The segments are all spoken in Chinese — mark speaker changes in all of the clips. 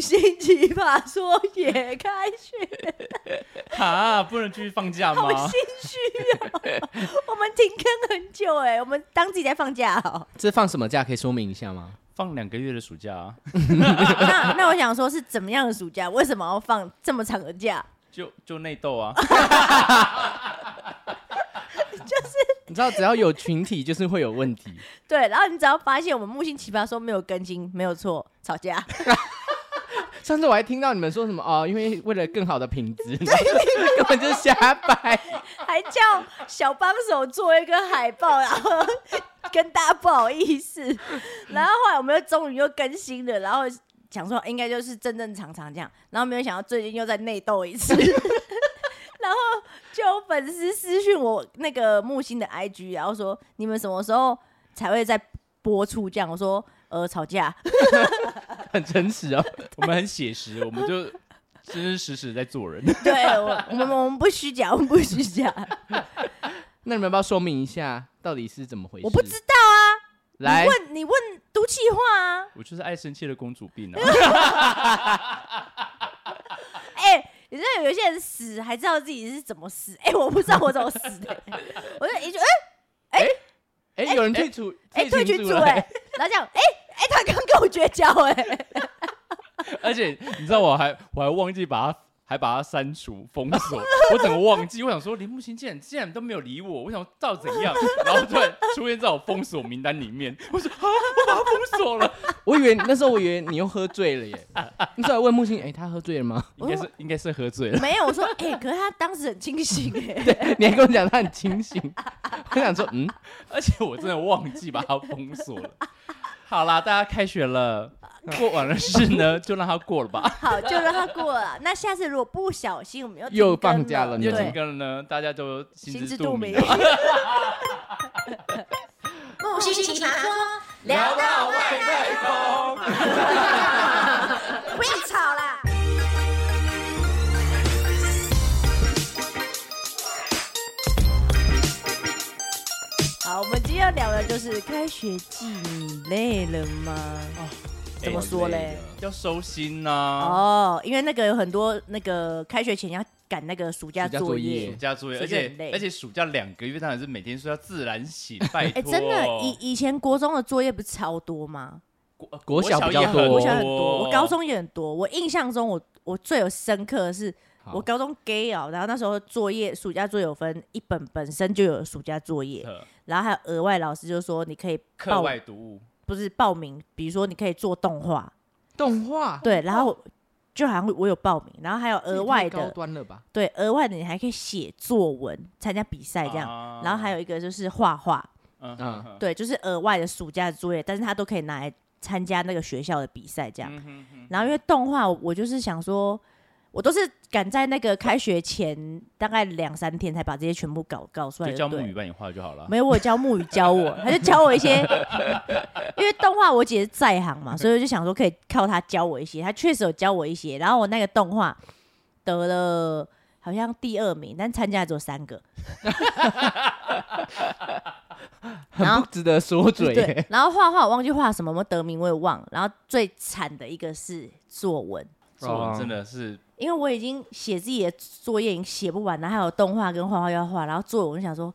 Speaker 1: 新奇葩说也开学，
Speaker 2: 啊，不能继续放假
Speaker 1: 好
Speaker 2: 吗
Speaker 1: 心？虚哦。我们停更很久哎，我们当自己在放假哦。
Speaker 3: 这放什么假可以说明一下吗？
Speaker 2: 放两个月的暑假、啊，
Speaker 1: 那那我想说，是怎么样的暑假？为什么要放这么长的假？
Speaker 2: 就就内斗啊，
Speaker 3: 你知道，只要有群体，就是会有问题。
Speaker 1: 对，然后你只要发现我们木星奇葩说没有更新，没有错，吵架。
Speaker 3: 上次我还听到你们说什么哦，因为为了更好的品 质，然后 根本就是瞎掰。
Speaker 1: 还叫小帮手做一个海报，然后跟大家不好意思。然后后来我们又终于又更新了，然后想说应该就是正正常常这样，然后没有想到最近又在内斗一次。 然后就有粉丝私讯我那个木星的 IG，然后说你们什么时候才会再播出？这样我说呃吵架，
Speaker 3: 很诚实哦。
Speaker 2: 我们很写实，我们就真真实实在做人。
Speaker 1: 对我我们我们不虚假，我们不虚假，
Speaker 3: 那你们要不要说明一下到底是怎么回事？
Speaker 1: 我不知道啊。
Speaker 3: 来
Speaker 1: 你，问你问毒气话啊。
Speaker 2: 我就是爱生气的公主病啊！
Speaker 1: 哎、你知道有一些人死还知道自己是怎么死？哎、我不知道我怎么死的、我就一句哎
Speaker 3: 哎、有人退出，
Speaker 1: 哎、退群
Speaker 3: 组
Speaker 1: 组
Speaker 3: 了
Speaker 1: 哎、然后这样哎哎、他刚跟我绝交哎、
Speaker 2: 而且你知道，我还我还忘记把它，还把它删除封 锁，我整个忘记。我想说，林木星竟然竟然都没有理我，我想到底怎样？然后突然出现在我封锁名单里面，我说啊，我把它封锁了，
Speaker 3: 我以为那时候我以为你又喝醉了耶，你知道问木星，哎、他喝醉了吗？
Speaker 2: 应该是应该是喝醉了。
Speaker 1: 没有，我说哎、可是他当时很清醒哎、
Speaker 3: 你还跟我讲他很清醒，我想说，嗯，
Speaker 2: 而且我真的忘记把它封锁了。 好啦，大家开学 了，过完了事呢，就让它过了吧。
Speaker 1: 好，就让他过了。那下次如果不小心，我们又
Speaker 3: 又
Speaker 1: 停更
Speaker 3: 放假了你
Speaker 2: 又几
Speaker 1: 对，
Speaker 2: 个了呢？大家都心
Speaker 1: 心
Speaker 2: 知
Speaker 1: 知
Speaker 2: 肚
Speaker 1: 肚
Speaker 2: 明
Speaker 1: 明
Speaker 2: 啊。。
Speaker 4: 木星奇葩说，聊到外太空。不要吵啦！
Speaker 1: 好，我们今天要聊的就是开学季，你累了吗？怎么说嘞？
Speaker 2: 哎要收心呐、
Speaker 1: 哦，因为那个有很多那个开学前要赶那个暑假
Speaker 3: 暑假
Speaker 1: 作
Speaker 3: 作
Speaker 1: 业
Speaker 3: 业
Speaker 2: 暑假作业，
Speaker 1: 所
Speaker 2: 而
Speaker 1: 以就很
Speaker 2: 且
Speaker 1: 累
Speaker 2: 而且暑假两个月，当然是每天睡到自然醒，拜
Speaker 1: 哎、
Speaker 2: 托。
Speaker 1: 真的，以以前国中的作业不是超多吗？
Speaker 2: 国
Speaker 3: 国小比较
Speaker 2: 也很
Speaker 3: 多
Speaker 1: 我小很多，我高中也很多。我印象中我，我最有深刻的是，
Speaker 3: 好
Speaker 1: 我高中 gay 哦，然后那时候作业暑假作业有分一本本身就有暑假作业，
Speaker 2: 呃
Speaker 1: 然后还有额外老师就说你可以
Speaker 2: 课
Speaker 1: 报
Speaker 2: 外读物，
Speaker 1: 不是报名，比如说你可以做动画，
Speaker 3: 动画，
Speaker 1: 对，然后就好像我有报名，然后还有额外
Speaker 3: 哦这也太高
Speaker 1: 的，
Speaker 3: 端了吧？
Speaker 1: 对，额外的你还可以写作文、参加比赛哎这
Speaker 3: 哦
Speaker 1: 样，
Speaker 2: 啊
Speaker 1: 然后还有一个就是画画，
Speaker 2: 嗯
Speaker 3: 嗯
Speaker 2: 嗯，
Speaker 1: 对，就是额外的暑假作业，但是他都可以拿来参加那个学校的比赛这样。
Speaker 2: 嗯哼哼
Speaker 1: 然后因为动画，我就是想说，我都是赶在那个开学前大概两三天才把这些全部搞搞出来
Speaker 2: 就
Speaker 1: 就
Speaker 2: 叫木
Speaker 1: 对
Speaker 2: 语
Speaker 1: 了。
Speaker 2: 帮你画就好了。
Speaker 1: 没有，我有教木鱼教我，他就教我一 些，因为动画我姐是在行嘛，所以我就想说可以靠她教我一些，她确实有教我一些。然后我那个动画得了好像第二名，但参加的只有三 个，然
Speaker 3: 很
Speaker 1: 后
Speaker 3: 不值得说 嘴
Speaker 1: 对
Speaker 3: 耶，，
Speaker 1: 然后画画我忘记画什么，我得名我也忘了。然后最惨的一个是作文，
Speaker 2: 作文真的是
Speaker 1: 因为我已经写自己的作业已经写不完了，还有动画跟画画要画，然后作文我就想说，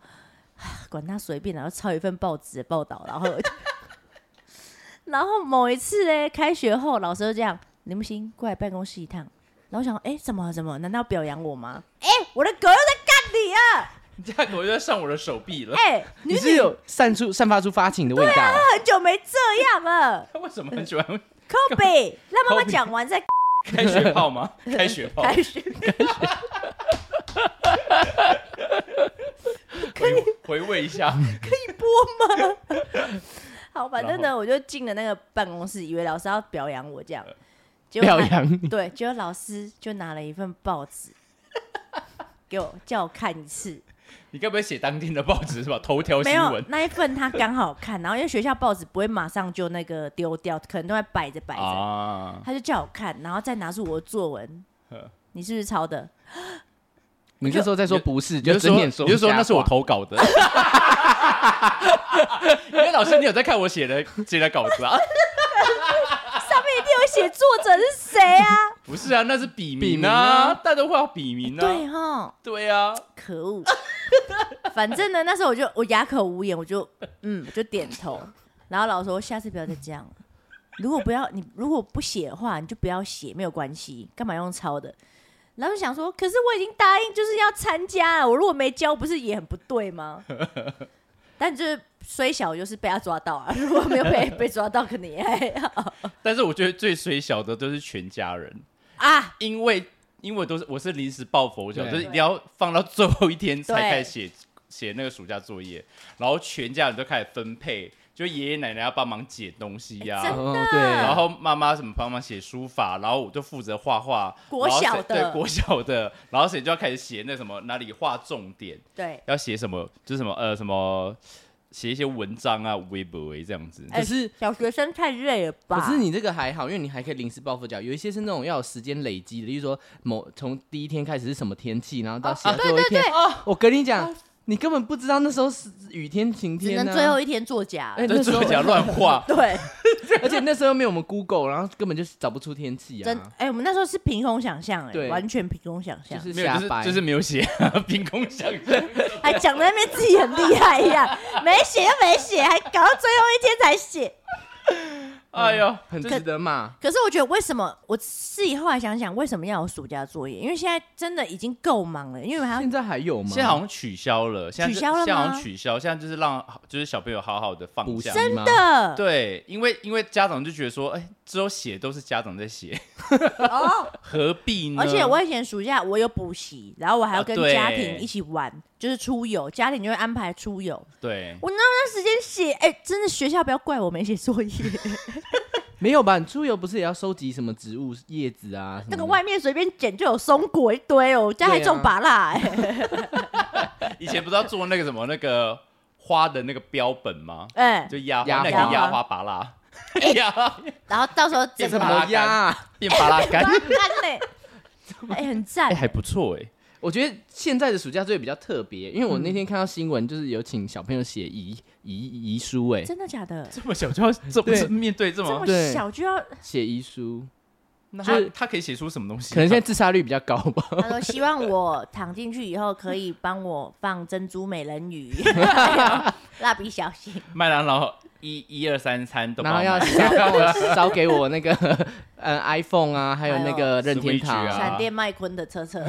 Speaker 1: 唉管他随便啦，然后抄一份报纸的报道，然后 然后某一次呢，开学后老师就这样，林木星过来办公室一趟，然后我想说，哎、怎么了怎么了？难道表扬我吗？哎、我的狗又在干你啊！
Speaker 2: 你 这样，我就在上我的手臂了。
Speaker 1: 哎、
Speaker 3: 你
Speaker 1: 女
Speaker 3: 是
Speaker 1: 女
Speaker 3: 有散出散发出发情的味道啊，
Speaker 1: 很久没这样了
Speaker 2: 他为什么很喜欢
Speaker 1: k o 让妈妈
Speaker 2: Kobe
Speaker 1: 讲完再
Speaker 2: 开学 炮吗？开学炮，
Speaker 1: 开学。
Speaker 2: 回回味一下。
Speaker 1: 播吗？好，反正呢，我就进了那个办公室，以为老师要表扬我这
Speaker 2: 呃
Speaker 1: 样， 结果
Speaker 3: 表
Speaker 1: 他
Speaker 3: 扬你，
Speaker 1: 对，结果老师就拿了一份报纸给我叫我看一次，
Speaker 2: 你该不会写当天的报纸是吧？头条
Speaker 1: 没
Speaker 2: 新
Speaker 1: 有
Speaker 2: 闻。
Speaker 1: 那一份他刚好看，然后因为学校报纸不会马上就那个丢掉，可能都会摆着摆着，
Speaker 2: 啊，
Speaker 1: 他就叫我看，然后再拿出我的作文
Speaker 2: 呵，
Speaker 1: 你是不是抄的？
Speaker 3: 你这时候再说不是，
Speaker 2: 你就
Speaker 3: 睁
Speaker 2: 说，
Speaker 3: 眼
Speaker 2: 你就说那是我投稿的。 因为老师，你有在看我写的写的稿子啊？
Speaker 1: 上面一定有写写作者是谁啊？
Speaker 2: 不是啊，那是笔
Speaker 3: 笔
Speaker 2: 名
Speaker 3: 名
Speaker 2: 啊，
Speaker 3: 啊
Speaker 2: 大家都会有笔名啊。
Speaker 1: 对哈，
Speaker 2: 对啊，
Speaker 1: 可恶。 反正呢，那时候我就我哑口无言，我就嗯，我就点头。然后老师说，下次不要再这样了。如果不要你，如果不写的话，你就不要写，没有关系，干嘛用抄的？然后就想说，可是我已经答应就是要参加了，我如果没交，不是也很不对吗？但就是虽小，就是被他抓到啊。如果没有被被抓到，可能也还好
Speaker 2: 但是我觉得最水小的都是全家人，
Speaker 1: 啊。
Speaker 2: 因为因为我都是我是临时抱佛脚，
Speaker 3: 对
Speaker 2: 就是你要放到最后一天才
Speaker 1: 对
Speaker 2: 开始写写那个暑假作业，然后全家人都开始分配，就爷爷奶奶要帮忙解东西呀、
Speaker 1: 哎真
Speaker 3: 哦对，
Speaker 2: 然后妈妈什么帮忙写书法，然后我就负责画画。
Speaker 1: 国
Speaker 2: 然后
Speaker 1: 小
Speaker 2: 谁
Speaker 1: 的
Speaker 2: 对国小的，然后谁就要开始写那什么哪里画重点，
Speaker 1: 对，
Speaker 2: 要写什么就是什么呃什么写一些文章啊微博这样子。
Speaker 1: 哎
Speaker 3: 可是
Speaker 1: 小学生太累了吧？
Speaker 3: 可是你这个还好，因为你还可以临时抱佛脚。有一些是那种要有时间累积的，例如说某从第一天开始是什么天气，然后
Speaker 1: 哦
Speaker 3: 到写到最后一天，哦我跟你讲，你根本不知道那时候是雨天晴
Speaker 1: 只
Speaker 3: 天啊
Speaker 1: 能
Speaker 3: 呢、
Speaker 1: 最后一天作假了。，
Speaker 3: 哎
Speaker 2: 就
Speaker 3: 那时候
Speaker 2: 作假乱画
Speaker 1: 对，
Speaker 3: 而且那时候又没有我们 Google，然后根本就找不出天气
Speaker 1: 真
Speaker 3: 啊。
Speaker 1: 哎、我们那时候是凭空想象，哎，
Speaker 3: 对
Speaker 1: 完全凭空想象，
Speaker 3: 就是
Speaker 2: 没有，
Speaker 3: 瞎
Speaker 2: 就是
Speaker 3: 掰，
Speaker 2: 就是没有写，啊 凭空想象。
Speaker 1: 还讲在那边自己很厉害一样，没写就没写，还搞到最后一天才写。
Speaker 2: 哎呦，
Speaker 3: 很
Speaker 2: 这
Speaker 3: 值得骂。
Speaker 1: 可是啊我觉得为什么我自己后来想想，为什么要有暑假作业？因为现在真的已经够忙了，因为我们还要
Speaker 3: 现在还有吗？
Speaker 2: 现在好像取消了，现在就
Speaker 1: 取消了吗
Speaker 2: 现在好像取消，现在就是让就是小朋友好好的放
Speaker 3: 补习
Speaker 2: 假。
Speaker 3: 吗？
Speaker 1: 的
Speaker 2: 对，因为因为家长就觉得说，哎、之后写都是家长在 写，
Speaker 1: 哦。
Speaker 2: 何必
Speaker 3: 嗯
Speaker 2: 呢？
Speaker 1: 而且我以前暑假我有补习，然后我还要跟
Speaker 2: 啊对
Speaker 1: 家庭一起玩，就是出游，家庭就会安排出游。
Speaker 2: 对
Speaker 1: 我那段时间写，哎、真的学校不要怪我没写作业，
Speaker 3: 没有吧？你出游不是也要收集什么植物叶子啊？
Speaker 1: 那个
Speaker 3: 外。
Speaker 1: 外面随便捡就有松果一堆哦，我家还
Speaker 3: 对啊
Speaker 1: 种芭辣、哎。
Speaker 2: 以前不是要做那个什么那个花的那个标本吗？
Speaker 1: 哎、
Speaker 2: 就压
Speaker 3: 压
Speaker 2: 花，那
Speaker 3: 花
Speaker 2: 个压花拔蜡， 压花
Speaker 1: 然后到时候整
Speaker 2: 变
Speaker 1: 个
Speaker 3: 什
Speaker 2: 成
Speaker 3: 么啊呀、
Speaker 2: 变拔蜡 干
Speaker 1: 干，嘞， 哎、很赞
Speaker 2: 哎，。还不错哎。
Speaker 3: 我觉得现在的暑假作业比较特别，因为我那天看到新闻，就是有请小朋友写遗遗遗书、哎，
Speaker 1: 真的假的？
Speaker 2: 这么小就要这
Speaker 3: 对
Speaker 2: 这面对这
Speaker 1: 这么
Speaker 2: 么，
Speaker 3: 对
Speaker 1: 小就 要？
Speaker 3: 写遗书，
Speaker 2: 那
Speaker 3: 就
Speaker 2: 他
Speaker 3: 是
Speaker 2: 他可以写出什么东西啊？
Speaker 3: 可能现在自杀率比较高吧。
Speaker 1: 他说希望我躺进去以后可以帮我放珍珠美人 鱼，哎蜡笔小新。
Speaker 2: 麦当劳一一二三餐都
Speaker 3: 然后 要
Speaker 2: 帮我买
Speaker 3: 烧烧给我那个 呃 iPhone 啊，还有那
Speaker 1: 哎
Speaker 3: 个任天堂、
Speaker 2: Switch 啊
Speaker 1: 闪电麦昆的车 车，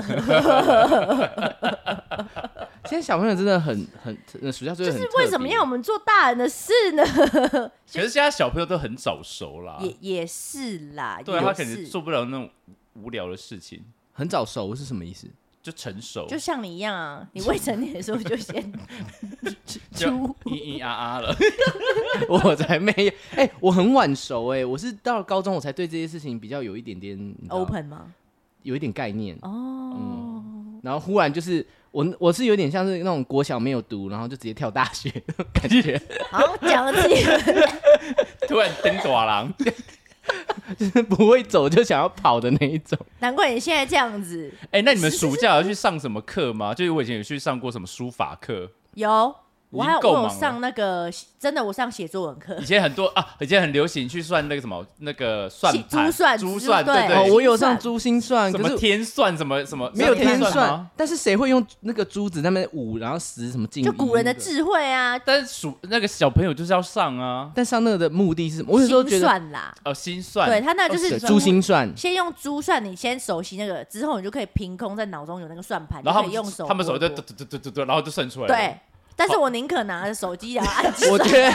Speaker 3: 现在小朋友真的很很呃暑假作业
Speaker 1: 就
Speaker 3: 很
Speaker 1: 是
Speaker 3: 特别
Speaker 1: 为什么要我们做大人的事呢？
Speaker 2: 可是现在小朋友都很早熟啦，
Speaker 1: 也也是啦，
Speaker 2: 啊对啊
Speaker 1: 也
Speaker 2: 他可能
Speaker 1: 是
Speaker 2: 做不了那种无聊的事情，
Speaker 3: 很早熟是什么意思？
Speaker 2: 就成熟，
Speaker 1: 就像你一样啊，你未成年的时候就 先出
Speaker 2: 咿咿啊啊了。
Speaker 3: 我才没有，哎、我很晚熟哎、我是到了高中我才对这些事情比较有一点点你知道
Speaker 1: open 吗？
Speaker 3: 有一点概念，
Speaker 1: 哦，
Speaker 2: 嗯
Speaker 3: 然后忽然就是我我是有点像是那种国小没有读，然后就直接跳大学的 感觉，
Speaker 1: 好讲了自己。
Speaker 2: 突然登爪狼，
Speaker 3: 就是不会走就想要跑的那一种。
Speaker 1: 难怪你现在这样子。
Speaker 2: 哎、那你们暑假有去上什么课吗？就是我以前有去上过什么书法课，
Speaker 1: 有，我还有
Speaker 2: 已经
Speaker 1: 我
Speaker 2: 够
Speaker 1: 有
Speaker 2: 忙了
Speaker 1: 上那个真的，我上写作文课
Speaker 2: 以，前很多啊，以前很流行去算那个什么那个算
Speaker 1: 是
Speaker 2: 盘
Speaker 1: 珠算
Speaker 2: 珠
Speaker 1: 珠
Speaker 2: 算，
Speaker 1: 对
Speaker 2: 对
Speaker 1: 哦
Speaker 3: 哦，
Speaker 1: 我
Speaker 3: 我
Speaker 1: 有
Speaker 3: 有
Speaker 1: 上
Speaker 3: 上珠心算，
Speaker 2: 哎什
Speaker 3: 可
Speaker 2: 么
Speaker 3: 是
Speaker 2: 天算什么什么
Speaker 3: 没有
Speaker 1: 天
Speaker 3: 天
Speaker 2: 算啊
Speaker 3: 算
Speaker 2: 吗？，
Speaker 3: 但是谁会用那个珠子在那边舞，然后使什么进？
Speaker 1: 就古人的。智慧啊，
Speaker 2: 但是暑那个小朋友就是要上啊，
Speaker 3: 但上那个的目的是什么？我有时候觉
Speaker 1: 心
Speaker 3: 得
Speaker 1: 算啦，
Speaker 2: 呃，心算哦
Speaker 1: 对他那个就
Speaker 3: 对
Speaker 1: 是
Speaker 3: 珠心算，
Speaker 1: 先用珠算，你先熟悉那个，之后你就可以凭空在脑中有那个算盘，
Speaker 2: 然后
Speaker 1: 你
Speaker 2: 他
Speaker 1: 可以
Speaker 2: 们
Speaker 1: 用手，
Speaker 2: 他们手就嘟嘟嘟嘟嘟嘟，然后就算出来了。
Speaker 1: 对。但是我宁可拿着手机然后按 算，
Speaker 3: 我觉得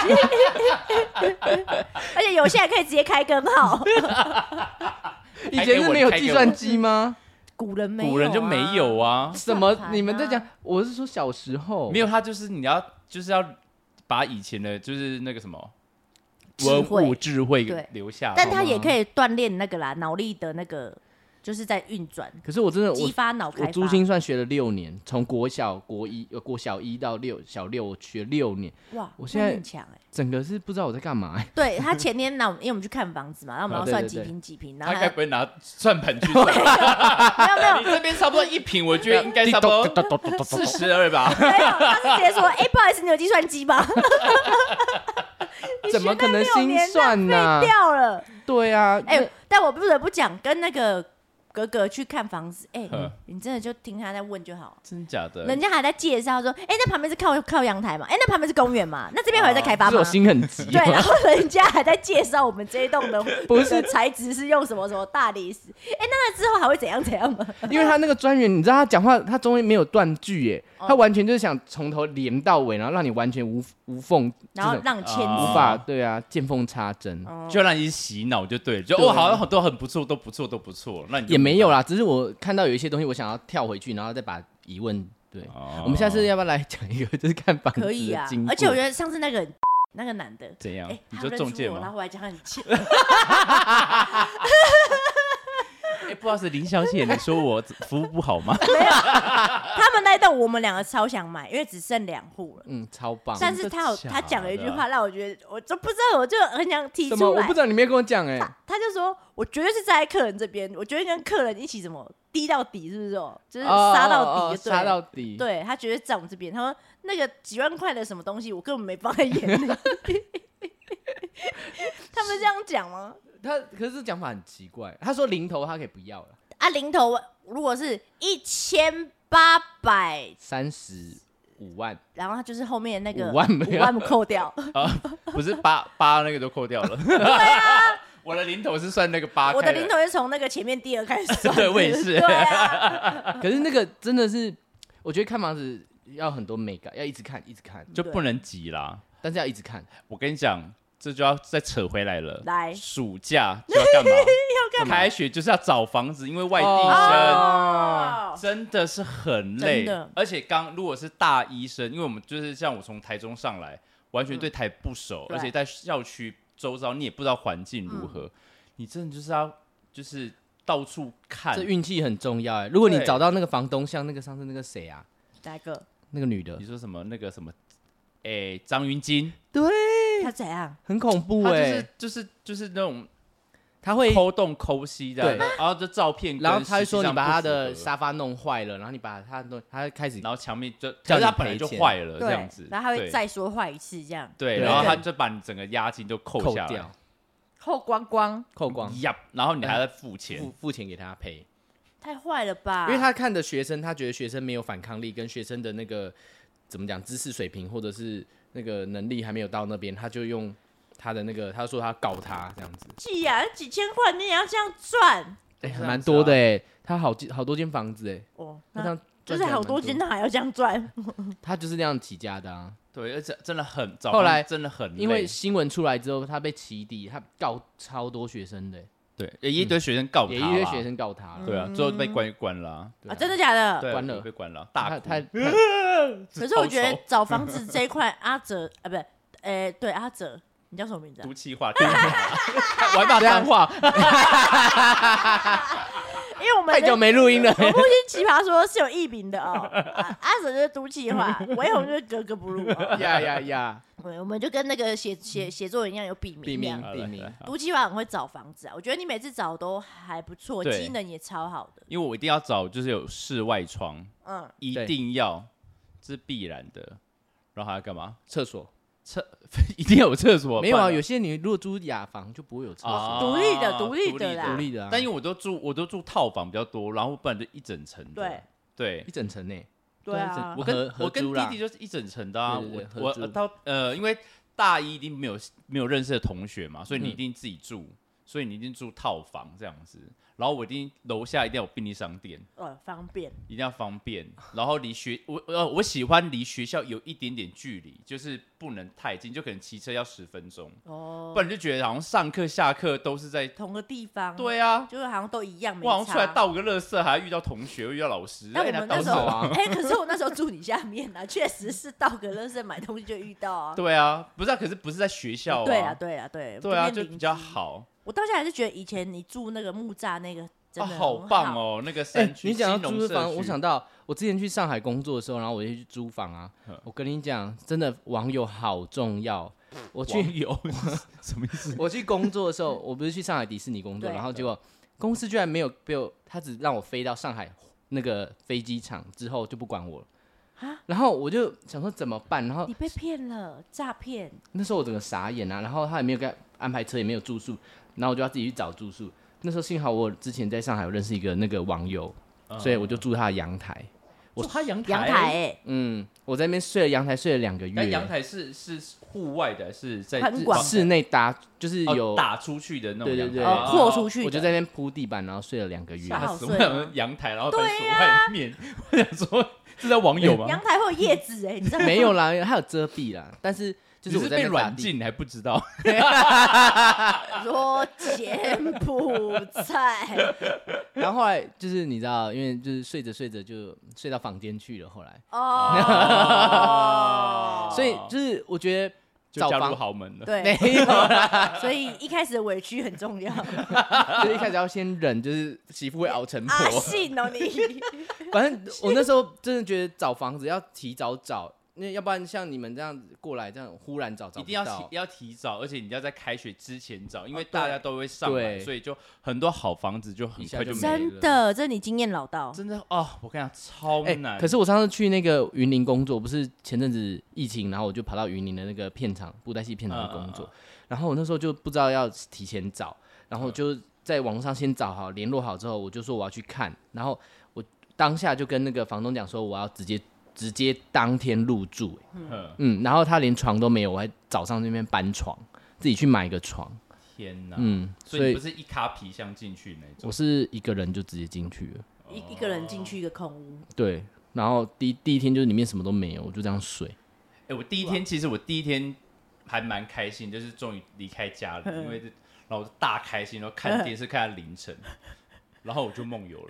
Speaker 1: 而且有些还可以直接开根 号，
Speaker 3: 以前是没有计算机吗？
Speaker 1: 古人没有、啊，
Speaker 2: 古人就没有啊，
Speaker 3: 什
Speaker 1: 算
Speaker 3: 么
Speaker 1: 盘？啊
Speaker 3: 你们在讲？我是说小时候
Speaker 2: 没有他就是你要就是要把以前的就是那个什么
Speaker 1: 智
Speaker 2: 文
Speaker 1: 慧
Speaker 2: 物智慧
Speaker 1: 对
Speaker 2: 留下来，
Speaker 1: 但他也可以锻炼那个啦，脑力的那个就是在运转，
Speaker 3: 可是我真的我
Speaker 1: 激发脑开
Speaker 3: 我
Speaker 1: 发。
Speaker 3: 珠心算学了六年，从国小国一呃国小一到六小六我学六年，
Speaker 1: 哇，
Speaker 3: 我现在
Speaker 1: 那你很强哎、
Speaker 3: 整个是不知道我在干嘛、欸。
Speaker 1: 对 他前天那我们因为我们去看房子嘛，然后我们要
Speaker 3: 啊对
Speaker 1: 算
Speaker 3: 对
Speaker 1: 几
Speaker 3: 对
Speaker 1: 平几平，然
Speaker 2: 他
Speaker 1: 后
Speaker 2: 该不
Speaker 1: 还
Speaker 2: 会拿算盘 去算吧？
Speaker 1: 没有没有
Speaker 2: 你 这边差不多一瓶，我觉得应该差不多四十二吧。
Speaker 1: 没有，他是直接说：“哎、不好意思，你有计算机吧？”
Speaker 3: 怎么可能心算呢、
Speaker 1: 废掉了。
Speaker 3: 对啊，
Speaker 1: 哎、
Speaker 3: 那
Speaker 1: 但我不得不讲，跟那个哥哥去看房子，哎、
Speaker 2: 呵
Speaker 1: 你真的就听他在问就好。
Speaker 2: 真假的？
Speaker 1: 人家还在介绍说，哎、那旁边是靠靠阳台嘛，哎、那旁边是公园嘛，那这边还有在开发
Speaker 3: 是
Speaker 1: 吗？
Speaker 3: 我心很急。啊
Speaker 1: 对，啊然后人家还在介绍我们这一栋的
Speaker 3: 不是
Speaker 1: 的材质是用什么什么大理石，哎、那那之后还会怎样怎样吗？
Speaker 3: 因为他那个专员，你知道他讲话，他中间没有断句耶，
Speaker 1: 哦
Speaker 3: 他完全就是想从头连到尾，然后让你完全无无缝，
Speaker 1: 然后
Speaker 3: 就是
Speaker 1: 让签
Speaker 2: 啊
Speaker 1: 字
Speaker 3: 无法对啊，见缝插针。
Speaker 1: 哦
Speaker 2: 就让你洗脑就对了，就
Speaker 3: 对
Speaker 2: 哦，好像都很不错，都不错，都不错。那你就
Speaker 3: 也没有，啦，只是我看到有一些东西，我想要跳回去，然后再把疑问。对，
Speaker 2: 哦
Speaker 3: 我们下次要不要来讲一个，就是看房子
Speaker 1: 可以啊
Speaker 3: 的经，过啊
Speaker 1: 而且我觉得上次那个人那个男的，
Speaker 2: 怎样
Speaker 1: 哎、？
Speaker 2: 你
Speaker 1: 他
Speaker 2: 说
Speaker 1: 认
Speaker 2: 中
Speaker 1: 出
Speaker 2: 介
Speaker 1: 我然
Speaker 2: 吗？
Speaker 1: 后我还讲很欠，
Speaker 2: 哎，不好意思，林小姐，你说我服务不 好吗？
Speaker 1: 他们那一栋我们两个超想买，因为只剩两户了。
Speaker 3: 嗯，超棒。
Speaker 1: 但是他有
Speaker 2: 真的
Speaker 1: 他讲了一句
Speaker 2: 假
Speaker 1: 话，
Speaker 2: 的
Speaker 1: 让我觉得我就不知道，我就很想提
Speaker 3: 什么？
Speaker 1: 出
Speaker 3: 我
Speaker 1: 来
Speaker 3: 不知。道，你没有跟我讲哎、
Speaker 1: 他他就说，我绝对是站在客人这边，我觉得跟客人一起什么低到底，是不是哦？就是
Speaker 3: 哦
Speaker 1: 杀
Speaker 3: 哦
Speaker 1: 到
Speaker 3: 哦
Speaker 1: 底就对了，
Speaker 3: 杀到底。
Speaker 1: 对他绝对站我们这边。他说那个几万块的什么东西，我根本没放在眼里。 他们这样讲吗？
Speaker 3: 他可是这讲法很奇怪，他说零头他可以不要了，
Speaker 1: 啊，零头如果是一千八百，
Speaker 3: 三十五万，
Speaker 1: 然后他就是后面那个
Speaker 3: 五万没
Speaker 1: 五
Speaker 3: 有
Speaker 1: 万扣 掉，
Speaker 2: 啊，不是八八那个都扣掉了。对啊， 我的零头是算那个八，
Speaker 1: 我的零。头是从那个前面第二开始 算的。
Speaker 2: 对我也是
Speaker 1: 对啊，
Speaker 3: 可是那个真的是，我觉得看房子要很多美感，要一直看一直看，
Speaker 2: 就不能急啦。
Speaker 3: 但是要一直看。
Speaker 2: 我跟你讲，这就要再扯回来了。
Speaker 1: 来
Speaker 2: 暑假就要 干嘛？要干嘛？开学就是要找房子，因为外地生
Speaker 1: 哦，
Speaker 2: 真的是很累
Speaker 1: 真的。
Speaker 2: 而且刚如果是大一生，因为我们就是像我从台中上来，完全对台不熟，
Speaker 1: 对
Speaker 2: 而且在校区周遭你也不知道环境如
Speaker 1: 嗯
Speaker 2: 何，你真的就是要就是到处看
Speaker 3: 这。运气很重要哎，如果你
Speaker 2: 对
Speaker 3: 找到那个房东，像那个上次那个谁啊，
Speaker 1: 哪一个？
Speaker 3: 那个女的
Speaker 2: 你，说什么那个什么？哎、张云金，
Speaker 3: 对，
Speaker 1: 他怎样？
Speaker 3: 很恐怖
Speaker 2: 他就
Speaker 3: 哎、
Speaker 2: 是就是就是那种
Speaker 3: 他会，
Speaker 2: 抠洞抠西的，
Speaker 3: 对
Speaker 2: 然后这照片跟
Speaker 3: 然后他会
Speaker 2: 实际
Speaker 3: 说
Speaker 2: 上
Speaker 3: 你把他
Speaker 2: 不
Speaker 3: 的
Speaker 2: 符合
Speaker 3: 沙发弄坏了，然后你把他的东，他会开始
Speaker 2: 然后墙面就，可
Speaker 3: 叫你
Speaker 2: 是他本来
Speaker 3: 赔
Speaker 2: 就
Speaker 3: 钱
Speaker 2: 坏了这
Speaker 1: 对啊
Speaker 2: 样子，
Speaker 1: 然后他会
Speaker 2: 对
Speaker 1: 再说坏一次，这样
Speaker 2: 对，
Speaker 3: 对
Speaker 2: 然后他就把你整个押金都扣
Speaker 3: 扣
Speaker 2: 下来
Speaker 3: 掉，
Speaker 1: 后光光
Speaker 3: 扣光，
Speaker 2: 呀，然后你还在付
Speaker 3: 付
Speaker 2: 钱，
Speaker 3: 付钱给他赔。
Speaker 1: 太坏了吧？
Speaker 3: 因为他看的学生，他觉得学生没有反抗力，跟学生的那个怎么讲知识水平或者是那个能力还没有到那边，他就用他的那个，他说他告他这样子，
Speaker 1: 气呀、几千块你也要这样赚
Speaker 2: 这
Speaker 3: 哎、
Speaker 2: 样子啊
Speaker 3: 蛮多的哎、他好几好多间房子哎、
Speaker 1: 哦，那
Speaker 3: 他这样
Speaker 1: 就
Speaker 3: 赚
Speaker 1: 是
Speaker 3: 起来
Speaker 1: 好多
Speaker 3: 蛮
Speaker 1: 间，他还要这样赚，
Speaker 3: 他就是那样起家的啊。
Speaker 2: 对，而且真的很早，
Speaker 3: 后来
Speaker 2: 真的很累，
Speaker 3: 因为新闻出来之后，他被起底，他告超多学生的欸、
Speaker 2: 对也一堆学生告
Speaker 3: 也
Speaker 2: 他
Speaker 3: 一堆
Speaker 2: 啦
Speaker 3: 学，生告他了，
Speaker 2: 对啊，最后被关关了啊，
Speaker 3: 对
Speaker 1: 哦嗯啊，真的假的？
Speaker 2: 对啊，
Speaker 3: 关了
Speaker 2: 被关了，
Speaker 3: 他
Speaker 2: 大 哭
Speaker 3: 他，他
Speaker 1: 可是我觉得
Speaker 2: 超丑
Speaker 1: 找房子这一块，阿哲啊，不是，哎，对，阿哲，你叫什么名字啊
Speaker 2: 毒？气话， 玩骂脏话，
Speaker 1: 因为我们
Speaker 3: 太久
Speaker 1: 的
Speaker 3: 没录 音了，
Speaker 1: 我父亲奇葩说是有艺名的哦，啊阿哲就是毒气话，韦红就是格格不入哦。
Speaker 3: 呀呀呀！
Speaker 1: 对，我们就跟那个写写写作文一样有笔名
Speaker 3: 笔
Speaker 1: 一样
Speaker 3: 名。
Speaker 2: 好
Speaker 3: 地
Speaker 2: 了
Speaker 3: 名
Speaker 2: 来
Speaker 1: 毒气话很会找房子啊，我觉得你每次找都还不错，
Speaker 2: 对
Speaker 1: 机能也超好的。
Speaker 2: 因为我一定要找就是有室外窗，
Speaker 1: 嗯，
Speaker 2: 一
Speaker 3: 对
Speaker 2: 定要，这是必然的，然后还要干嘛？
Speaker 3: 厕所
Speaker 2: 厕一定要有厕所，
Speaker 3: 没有啊，
Speaker 2: 不然
Speaker 3: 有些你如果租雅房就不会有厕所。
Speaker 2: 啊
Speaker 1: 嗯独立的独立的
Speaker 2: 独
Speaker 1: 啦
Speaker 3: 独立的啊
Speaker 2: 但因为我都住我都住套房比较多，然后不然就一整层的。
Speaker 1: 对
Speaker 2: 对
Speaker 3: 一，整层呢，
Speaker 1: 对啊
Speaker 3: 这
Speaker 2: 我跟
Speaker 3: 合合
Speaker 2: 我跟
Speaker 3: 租啦
Speaker 2: 弟弟就是一整层的啊。
Speaker 3: 对对对
Speaker 2: 我
Speaker 3: 合
Speaker 2: 我
Speaker 3: 租
Speaker 2: 到呃，因为大一一定没有没有认识的同学嘛，所以你
Speaker 3: 嗯
Speaker 2: 一定自己住，所以你一定住套房这样子。然后我一定楼下一定要有便利商店，
Speaker 1: 呃，方便。
Speaker 2: 一定要方便。然后离学我呃我喜欢离学校有一点点距离，就是不能太近，就可能骑车要十分钟，
Speaker 1: 哦
Speaker 2: 不，然就觉得好像上课下课都是在。
Speaker 1: 同个地方，，
Speaker 2: 对啊，
Speaker 1: 就是好像都一样，没
Speaker 2: 我好像出来
Speaker 1: 差
Speaker 2: 倒个垃圾，还要遇到同学，又遇到老师，
Speaker 1: 但
Speaker 2: 哎
Speaker 1: 我
Speaker 2: 来
Speaker 1: 们
Speaker 2: 倒
Speaker 1: 那时候
Speaker 2: 什么
Speaker 3: 啊，
Speaker 1: 哎、可是我那时候住你下面啊，确实是到个乐色买东西就遇到啊。
Speaker 2: 对啊，不是啊，可是不是在学校
Speaker 1: 对啊，
Speaker 2: 啊，
Speaker 1: 对啊，对，
Speaker 2: 对啊，
Speaker 1: 边
Speaker 2: 就
Speaker 1: 邻
Speaker 2: 比较
Speaker 1: 居。
Speaker 2: 好
Speaker 1: 我到现在还是觉得以前你住那个木栅那个真
Speaker 2: 啊，
Speaker 1: 的、
Speaker 2: 好棒！哦，那个
Speaker 3: 哎、
Speaker 2: 山区
Speaker 3: 你讲
Speaker 2: 新
Speaker 3: 到
Speaker 2: 农
Speaker 3: 租
Speaker 2: 社
Speaker 3: 房，
Speaker 2: 区
Speaker 3: 我想到我之前去上海工作的时候，然后我就去租房啊
Speaker 2: 嗯。
Speaker 3: 我跟你讲，真的网友好重要。我
Speaker 2: 网
Speaker 3: 去
Speaker 2: 友什么意思？
Speaker 3: 我去工作的时候，我不是去上海迪士尼工作，
Speaker 1: 对
Speaker 3: 然后结果公司居然没有被我，他只让我飞到上海那个飞机场之后就不管我了。然后我就想说怎么办，然后
Speaker 1: 你被骗了，诈骗，
Speaker 3: 那时候我整个傻眼啊，然后他也没有给安排车，也没有住宿，然后我就要自己去找住宿。那时候幸好我之前在上海有认识一个那个网友，
Speaker 2: 嗯
Speaker 3: 所以我就住他的阳台。
Speaker 2: 我他阳台，
Speaker 1: 阳台、欸，
Speaker 3: 嗯，我在那边睡了阳台睡了两个
Speaker 2: 但
Speaker 3: 月，
Speaker 2: 阳台是是户外的，是在
Speaker 1: 很
Speaker 2: 是
Speaker 1: 广
Speaker 2: 房
Speaker 3: 室内搭就是
Speaker 2: 哦
Speaker 3: 有，
Speaker 2: 打出去的那种
Speaker 3: 对对
Speaker 2: 阳台，
Speaker 3: 对
Speaker 1: 哦，扩出去的，
Speaker 3: 我就在那边铺地板，然后睡了两个 月。
Speaker 1: 吓
Speaker 2: 吓
Speaker 1: 好
Speaker 2: 死
Speaker 1: 睡
Speaker 2: 我！
Speaker 1: 吗
Speaker 2: 我想说阳台，然后在锁外面，我想说是在网友吗
Speaker 1: 阳？台会有叶子哎、你知道吗？
Speaker 3: 没有啦，它有遮蔽啦，但是就是
Speaker 2: 只
Speaker 3: 我
Speaker 2: 是
Speaker 3: 在
Speaker 2: 被
Speaker 3: 那边打
Speaker 2: 软
Speaker 3: 地
Speaker 2: 禁，你还不知道。
Speaker 1: 说柬埔寨
Speaker 3: 然后后来就是你知道，因为就是睡着睡着就睡到房间去了，后来，
Speaker 1: 哦，
Speaker 3: 所以就是我觉得
Speaker 2: 就
Speaker 3: 找
Speaker 2: 加入
Speaker 3: 房
Speaker 2: 豪门 了。
Speaker 1: 对，
Speaker 3: 没有啦，
Speaker 1: 所以一开始的委屈很 重要。
Speaker 3: 就是一开始要先忍，就是媳妇会熬成婆
Speaker 2: 啊
Speaker 1: 阿。信哦你，
Speaker 3: 反正我那时候真的觉得找房子要提早找，那要不然像你们这样子过来这样忽然找找
Speaker 2: 一
Speaker 3: 不
Speaker 2: 定要
Speaker 3: 到哎
Speaker 2: 提要提早，而且你要在开学之前找，因为
Speaker 3: 哦对
Speaker 2: 大家都会上来，
Speaker 3: 对
Speaker 2: 所以就很多好房子就很
Speaker 3: 一下
Speaker 2: 快
Speaker 3: 就
Speaker 2: 就没
Speaker 3: 没
Speaker 2: 了。
Speaker 1: 真的，这你经验老道。
Speaker 2: 真的哦，我跟你讲超
Speaker 3: 哎、
Speaker 2: 难。
Speaker 3: 可是我上次去那个云林工作，不是前阵子疫情，然后我就跑到云林的那个片场布袋戏片场工作，
Speaker 2: 嗯
Speaker 3: 然后我那时候就不知道要提前找，然后就在网络上先找好联络好之后，我就说我要去看，然后我当下就跟那个房东讲说我要直接直接当天入住、哎
Speaker 2: 嗯
Speaker 3: 嗯，然后他连床都没有，我还早上那边搬床，自己去买一个床，
Speaker 2: 天哪，
Speaker 3: 嗯，
Speaker 2: 所以
Speaker 3: 所
Speaker 2: 你不
Speaker 3: 以
Speaker 2: 是一卡皮箱进去那种。
Speaker 3: 我是一个人就直接进去了，
Speaker 1: 一一个人进去一个空屋，
Speaker 3: 对，然后第第一天就是里面什么都没有，我就这样睡。
Speaker 2: 哎、我第一天其实我第一天还蛮开心，就是终于离开家 了，因为这然后我就大开心，然后看电视看到凌 晨，然后我就梦游 了。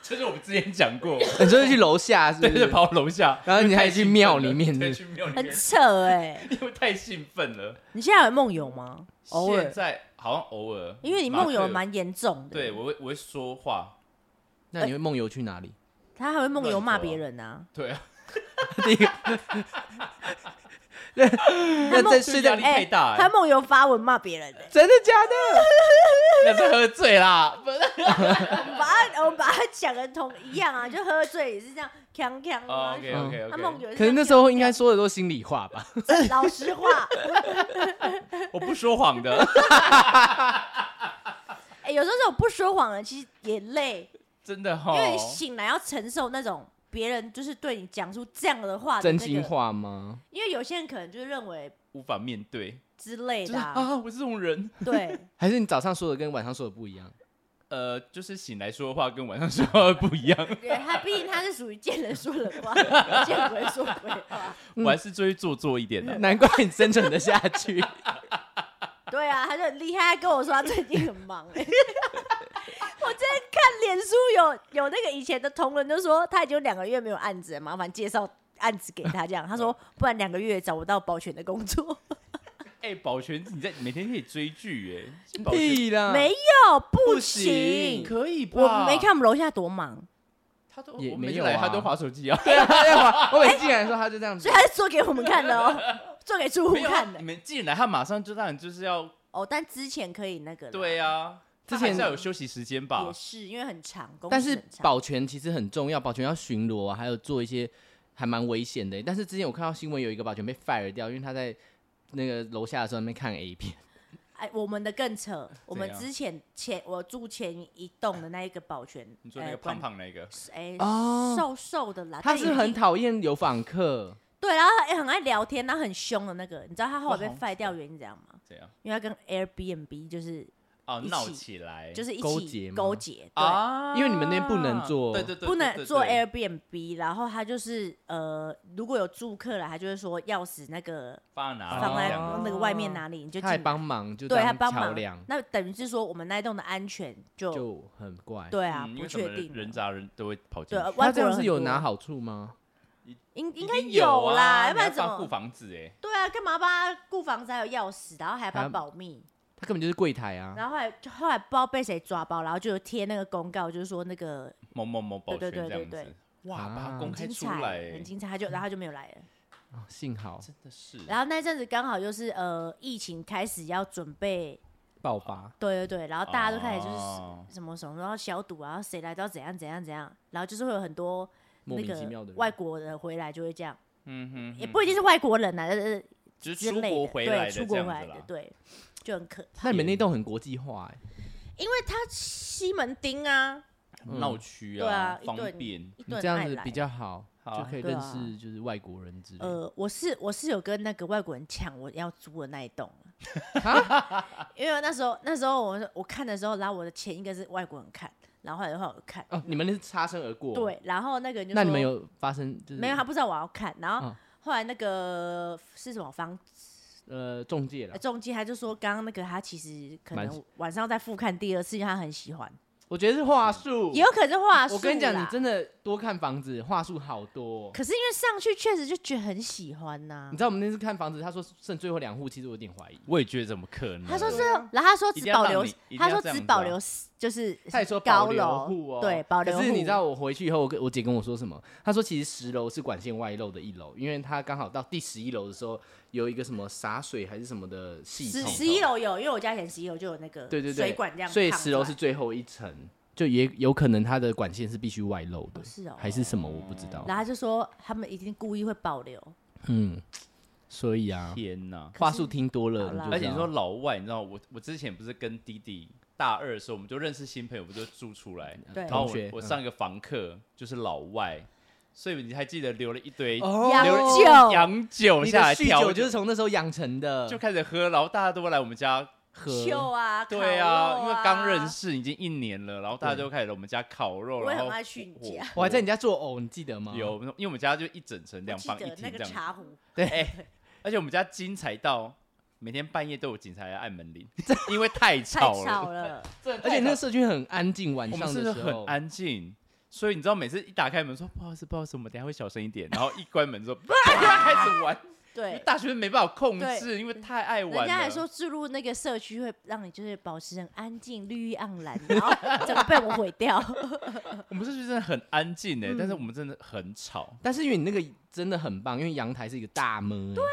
Speaker 2: 这是我们之前讲过，
Speaker 3: 你就是去楼下是不
Speaker 2: 对
Speaker 3: 是？
Speaker 2: 对， 跑到楼下，
Speaker 3: 然后你还
Speaker 2: 太兴
Speaker 3: 去庙
Speaker 2: 奋了
Speaker 3: 里面
Speaker 2: 对，
Speaker 3: 是
Speaker 2: 去庙里
Speaker 1: 很
Speaker 2: 面，
Speaker 1: 扯哎、
Speaker 2: 因为太兴奋了。
Speaker 1: 你现在有梦游吗？偶
Speaker 2: 现
Speaker 1: 尔，
Speaker 2: 在好像偶尔，
Speaker 1: 因为你梦游蛮严重的。
Speaker 2: 对，我会我会说话，
Speaker 3: 那你会梦游去哪里？
Speaker 1: 他还会梦游骂别人啊。
Speaker 2: 对啊，
Speaker 3: 第一个，那那在睡
Speaker 2: 压
Speaker 3: 在
Speaker 2: 力太大、
Speaker 1: 哎他
Speaker 2: 欸，
Speaker 1: 梦游发文骂别人哎、
Speaker 3: 真的假的？
Speaker 2: 那是喝醉啦，不是
Speaker 1: 我们把他我们把他讲的同一样 啊，就喝醉也是这样，锵锵啊。
Speaker 2: ？OK OK
Speaker 1: 他梦
Speaker 2: OK，
Speaker 1: 游也这样，
Speaker 3: 可是那时候应该说的都是心里话吧？
Speaker 1: 老实话，
Speaker 2: 我不说谎的，
Speaker 1: 哎、有时候这种不说谎的，其实也累，
Speaker 2: 真的哈
Speaker 1: 因。为你醒来要承受那种别人就是对你讲出这样的啊话的、那
Speaker 3: 真
Speaker 1: 个
Speaker 3: 心，话吗？
Speaker 1: 因为有些人可能就认为
Speaker 2: 无法面对，
Speaker 1: 之类
Speaker 2: 就是
Speaker 1: 的、啊，
Speaker 2: 啊，我是这种人，
Speaker 1: 对，
Speaker 3: 还是你早上说的跟晚上说的不一样？
Speaker 2: 呃，就是醒来说的话跟晚上说的话不一样，
Speaker 1: 对他毕竟他是属于见人说人话， 见鬼说鬼话，
Speaker 2: 我还是最做作一点啊的。
Speaker 3: 难怪你生存得下 去。
Speaker 1: 对啊，他就很厉害，他跟我说他最近很忙、欸。我之前看脸书有有那个以前的同仁就说他已经有两个月没有案子了，麻烦介绍案子给他这样。他说不然两个月找不到保全的工作， 嗯
Speaker 2: 哎，保全，你在每天可以追剧哎，保全
Speaker 3: 屁啦！
Speaker 1: 没有不
Speaker 3: 不行
Speaker 1: 行。
Speaker 2: 可以吧？
Speaker 1: 我没看，我们楼下多忙，
Speaker 2: 他都
Speaker 3: 也
Speaker 2: 我每
Speaker 3: 没
Speaker 2: 次
Speaker 3: 有
Speaker 2: 来
Speaker 3: 啊
Speaker 2: 他都划手机啊。
Speaker 3: 对啊，他在玩。我每次进来的时候，他就这样子
Speaker 1: 哎所以。他是做给我们看的 哦，做给住户
Speaker 2: 没有啊
Speaker 1: 看，的
Speaker 2: 你。们进来，他马上就当然就是要
Speaker 1: 哦，但之前可以那个啦
Speaker 2: 对啊，
Speaker 3: 之
Speaker 2: 他还
Speaker 3: 前
Speaker 2: 是要有休息时间吧
Speaker 1: 也？是因为很长，工
Speaker 3: 但
Speaker 1: 时
Speaker 3: 是
Speaker 1: 很长
Speaker 3: 保全其实很重要，保全要巡逻啊，还有做一些还蛮危险的。但是之前我看到新闻有一个保全被 fire 掉，因为他在那个楼下的时候在那边看 A 片。
Speaker 1: 哎，我们的更扯，我们
Speaker 2: 样
Speaker 1: 之前前我住前一栋的那一个保全，
Speaker 2: 你说那
Speaker 1: 呃
Speaker 2: 个
Speaker 1: 管
Speaker 2: 胖胖那个，
Speaker 1: 哎、
Speaker 3: 哦
Speaker 1: 瘦瘦的啦，
Speaker 3: 他
Speaker 1: 但啊已
Speaker 3: 是
Speaker 1: 经
Speaker 3: 很讨厌有访客，
Speaker 1: 对，然后哎、很爱聊天，然后很凶的那个，你知道他后来
Speaker 2: 我
Speaker 1: 被
Speaker 2: 好
Speaker 1: fire 掉原因是怎样吗？
Speaker 2: 怎样？
Speaker 1: 因为他跟 Airbnb 就是
Speaker 2: 哦，
Speaker 1: 一起
Speaker 2: 闹起来
Speaker 1: 就是一起
Speaker 3: 勾结吗
Speaker 1: 勾结对。
Speaker 2: 啊
Speaker 3: 因为你们那边不能做
Speaker 2: 对对对，
Speaker 1: 不能
Speaker 2: 对
Speaker 1: 做。
Speaker 2: 对对
Speaker 1: Airbnb，然后他就是呃，如果有住客来，他就会说钥匙那个
Speaker 2: 放哪？
Speaker 1: 放在
Speaker 2: 啊这样
Speaker 3: 哦
Speaker 1: 那个外面哪里，你就
Speaker 3: 他还
Speaker 1: 进来。
Speaker 3: 帮忙，就
Speaker 1: 对他
Speaker 3: 当
Speaker 1: 帮
Speaker 3: 桥
Speaker 1: 忙
Speaker 3: 梁，，
Speaker 1: 那等于是说我们那一栋的安全就
Speaker 3: 就很怪。，
Speaker 1: 对啊，
Speaker 2: 嗯因
Speaker 1: 不
Speaker 2: 为什么
Speaker 1: 确
Speaker 2: 人
Speaker 1: 定
Speaker 2: 人
Speaker 1: 了
Speaker 2: 砸人都会跑进
Speaker 1: 对，
Speaker 2: 去
Speaker 1: 呃。
Speaker 3: 他
Speaker 1: 外
Speaker 3: 这
Speaker 1: 国人
Speaker 3: 样是
Speaker 1: 很
Speaker 3: 有
Speaker 1: 多
Speaker 3: 拿好处吗？
Speaker 1: 应应
Speaker 2: 一
Speaker 1: 该
Speaker 2: 定有
Speaker 1: 啦，
Speaker 2: 啊
Speaker 1: 要不然
Speaker 2: 你
Speaker 1: 怎
Speaker 2: 放顾
Speaker 1: 么？
Speaker 2: 房子？哎，
Speaker 1: 对啊，干嘛帮他雇房子还有钥匙，然后还要帮
Speaker 3: 还
Speaker 1: 他
Speaker 3: 要
Speaker 1: 保密，
Speaker 3: 他根本就是柜台啊。
Speaker 1: 然后后来就后来不知道被谁抓包，然后就有贴那个公告，就是说那个
Speaker 2: 某某某保全
Speaker 1: 对对
Speaker 2: 这
Speaker 1: 对
Speaker 2: 样
Speaker 1: 对
Speaker 2: 子
Speaker 1: 对，
Speaker 2: 哇，
Speaker 3: 啊
Speaker 2: 把它公
Speaker 1: 很
Speaker 2: 开
Speaker 1: 精
Speaker 2: 出
Speaker 1: 彩，
Speaker 2: 来，哎
Speaker 1: 很精彩，他就然后他就没有来了。
Speaker 3: 哦幸好
Speaker 2: 真的是。
Speaker 1: 然后那一阵子刚好就是呃疫情开始要准备，
Speaker 3: 爆发，
Speaker 1: 对对对，然后大家都开始就是
Speaker 2: 哦
Speaker 1: 什么什么，然后消毒啊，然后谁来都要怎样怎样怎样，然后就是会有很多
Speaker 3: 莫
Speaker 1: 那
Speaker 3: 名其妙
Speaker 1: 个
Speaker 3: 的人
Speaker 1: 外国人回来就会这样，
Speaker 2: 嗯哼哼，
Speaker 1: 也不一定是外国人呐，呃
Speaker 2: 只是
Speaker 1: 之
Speaker 2: 出
Speaker 1: 类
Speaker 2: 国
Speaker 1: 的，
Speaker 2: 回来
Speaker 1: 对，
Speaker 2: 的
Speaker 1: 出
Speaker 2: 这
Speaker 1: 国
Speaker 2: 样
Speaker 1: 回
Speaker 2: 子
Speaker 1: 来的
Speaker 2: 啦，。
Speaker 1: 对，就很可啊怕，
Speaker 3: 那你们那栋很国际化哎、
Speaker 1: 因为他西门町啊，
Speaker 2: 闹区
Speaker 1: 对啊，一
Speaker 2: 方
Speaker 1: 顿
Speaker 2: 便，
Speaker 1: 一
Speaker 3: 你
Speaker 1: 顿
Speaker 3: 这样
Speaker 1: 爱
Speaker 3: 子
Speaker 1: 来
Speaker 3: 比较好，
Speaker 2: 好啊
Speaker 3: 就可以
Speaker 1: 对
Speaker 3: 认
Speaker 1: 啊
Speaker 3: 识就是外国人之类的。
Speaker 1: 呃，我是我是有跟那个外国人抢我要租的那一栋，啊 因为那时候那时候我我看的时候，然后我的前一个是外国人看，然后后来的话我看，
Speaker 3: 哦，你们那是擦身而过。，啊
Speaker 1: 对，然后那个人就
Speaker 3: 那你
Speaker 1: 说
Speaker 3: 们有发生就是
Speaker 1: 没有？他不知道我要看，然后
Speaker 3: 嗯
Speaker 1: 后来那个是什么房
Speaker 3: 呃中介了
Speaker 1: 呃？中介他就说，刚刚那个他其实可
Speaker 3: 蛮
Speaker 1: 能晚上再复看第二次，因为他很喜欢，
Speaker 3: 我觉得是话术。
Speaker 1: 也有可能是话术。
Speaker 3: 我跟你讲，你真。的多看房子，话术好多哦、
Speaker 1: 可是因为上去确实就觉得很喜欢呐、
Speaker 3: 你知道我们那次看房子，他说剩最后两户，其实我有点怀疑。
Speaker 2: 我也觉得怎么可能？
Speaker 1: 他说是，然后他说
Speaker 2: 一定
Speaker 1: 只
Speaker 2: 要
Speaker 1: 保
Speaker 2: 让
Speaker 1: 留
Speaker 2: 你一定，
Speaker 1: 他
Speaker 2: 要
Speaker 1: 说
Speaker 2: 这样
Speaker 1: 只
Speaker 2: 子
Speaker 1: 保
Speaker 2: 啊
Speaker 1: 留就是
Speaker 3: 他也说
Speaker 1: 高
Speaker 3: 保留
Speaker 1: 楼
Speaker 3: 户哦，
Speaker 1: 对，保留户。
Speaker 3: 可是你知道我回去以后，我跟我姐跟我说什么？她说其实十楼是管线外漏的一楼，因为她刚好到第十一楼的时候有一个什么洒水还是什么的系
Speaker 1: 十
Speaker 3: 统，
Speaker 1: 十一楼有，因为我家以前十一楼就有那个
Speaker 3: 对对对
Speaker 1: 水管这样烫出
Speaker 3: 所
Speaker 1: 来，
Speaker 3: 以十楼是最后一层，就也有可能它的管线是必须外漏的，
Speaker 1: 哦是哦
Speaker 3: 还是什么我不知道。
Speaker 1: 然后他就说他们一定故意会保留，
Speaker 3: 嗯，所以啊，
Speaker 2: 天哪！
Speaker 3: 话术听多了，
Speaker 1: 好啦
Speaker 3: 你就知道
Speaker 2: 而且你说老外，你知道我我之前不是跟弟弟大二的时候，我们就认识新朋友，不就住出来？
Speaker 1: 对
Speaker 2: 然后
Speaker 3: 同学嗯
Speaker 2: 我我上一个房课就是老外，所以你还记得留了一堆
Speaker 3: 哦
Speaker 1: 洋
Speaker 2: 留
Speaker 1: 酒
Speaker 2: 洋酒
Speaker 3: 你
Speaker 2: 下来
Speaker 3: 的酗
Speaker 2: 调，
Speaker 3: 酒就是从那时候养成的，
Speaker 2: 就开始喝，然后大家都会来我们家
Speaker 1: 秀
Speaker 3: 喝。
Speaker 1: 啊，
Speaker 2: 对
Speaker 1: 烤
Speaker 2: 啊，
Speaker 1: 肉
Speaker 2: 因为刚认，识已经一年了，然后大家就开始来我们家烤肉，
Speaker 1: 我也
Speaker 2: 然后
Speaker 1: 很爱去你家
Speaker 2: 火
Speaker 3: 我还在你家作呕，你记得吗？
Speaker 2: 有，因为我们家就一整层
Speaker 1: 我
Speaker 2: 两
Speaker 1: 记
Speaker 2: 房一
Speaker 1: 得那
Speaker 2: 厅这
Speaker 1: 个
Speaker 2: 样，
Speaker 1: 茶壶，
Speaker 2: 哎而且我们家精彩到每天半夜都有警察来按门铃， 因为太
Speaker 1: 太
Speaker 2: 吵
Speaker 1: 吵
Speaker 2: 了，
Speaker 1: 了，
Speaker 3: 而且那个社区很安静，晚
Speaker 2: 我
Speaker 3: 上
Speaker 2: 们
Speaker 3: 的
Speaker 2: 是
Speaker 3: 时
Speaker 2: 不是
Speaker 3: 候
Speaker 2: 很安静？所以你知道每次一打开门说不好意思不好意思，我们等一下会小声一点，然后一关 门之后开始玩，因为
Speaker 1: 对。
Speaker 2: 大学生没办法控制，
Speaker 1: 对
Speaker 2: 因为太爱玩了。
Speaker 1: 人家还说置入那个社区会让你就是保持很安静、绿意盎然，然后整个被我们毁 掉。
Speaker 2: 我们社区真的很安静哎、
Speaker 1: 嗯
Speaker 2: 但是我们真的很吵。
Speaker 3: 但是因为你那个真的很棒，因为阳台是一个大门，对，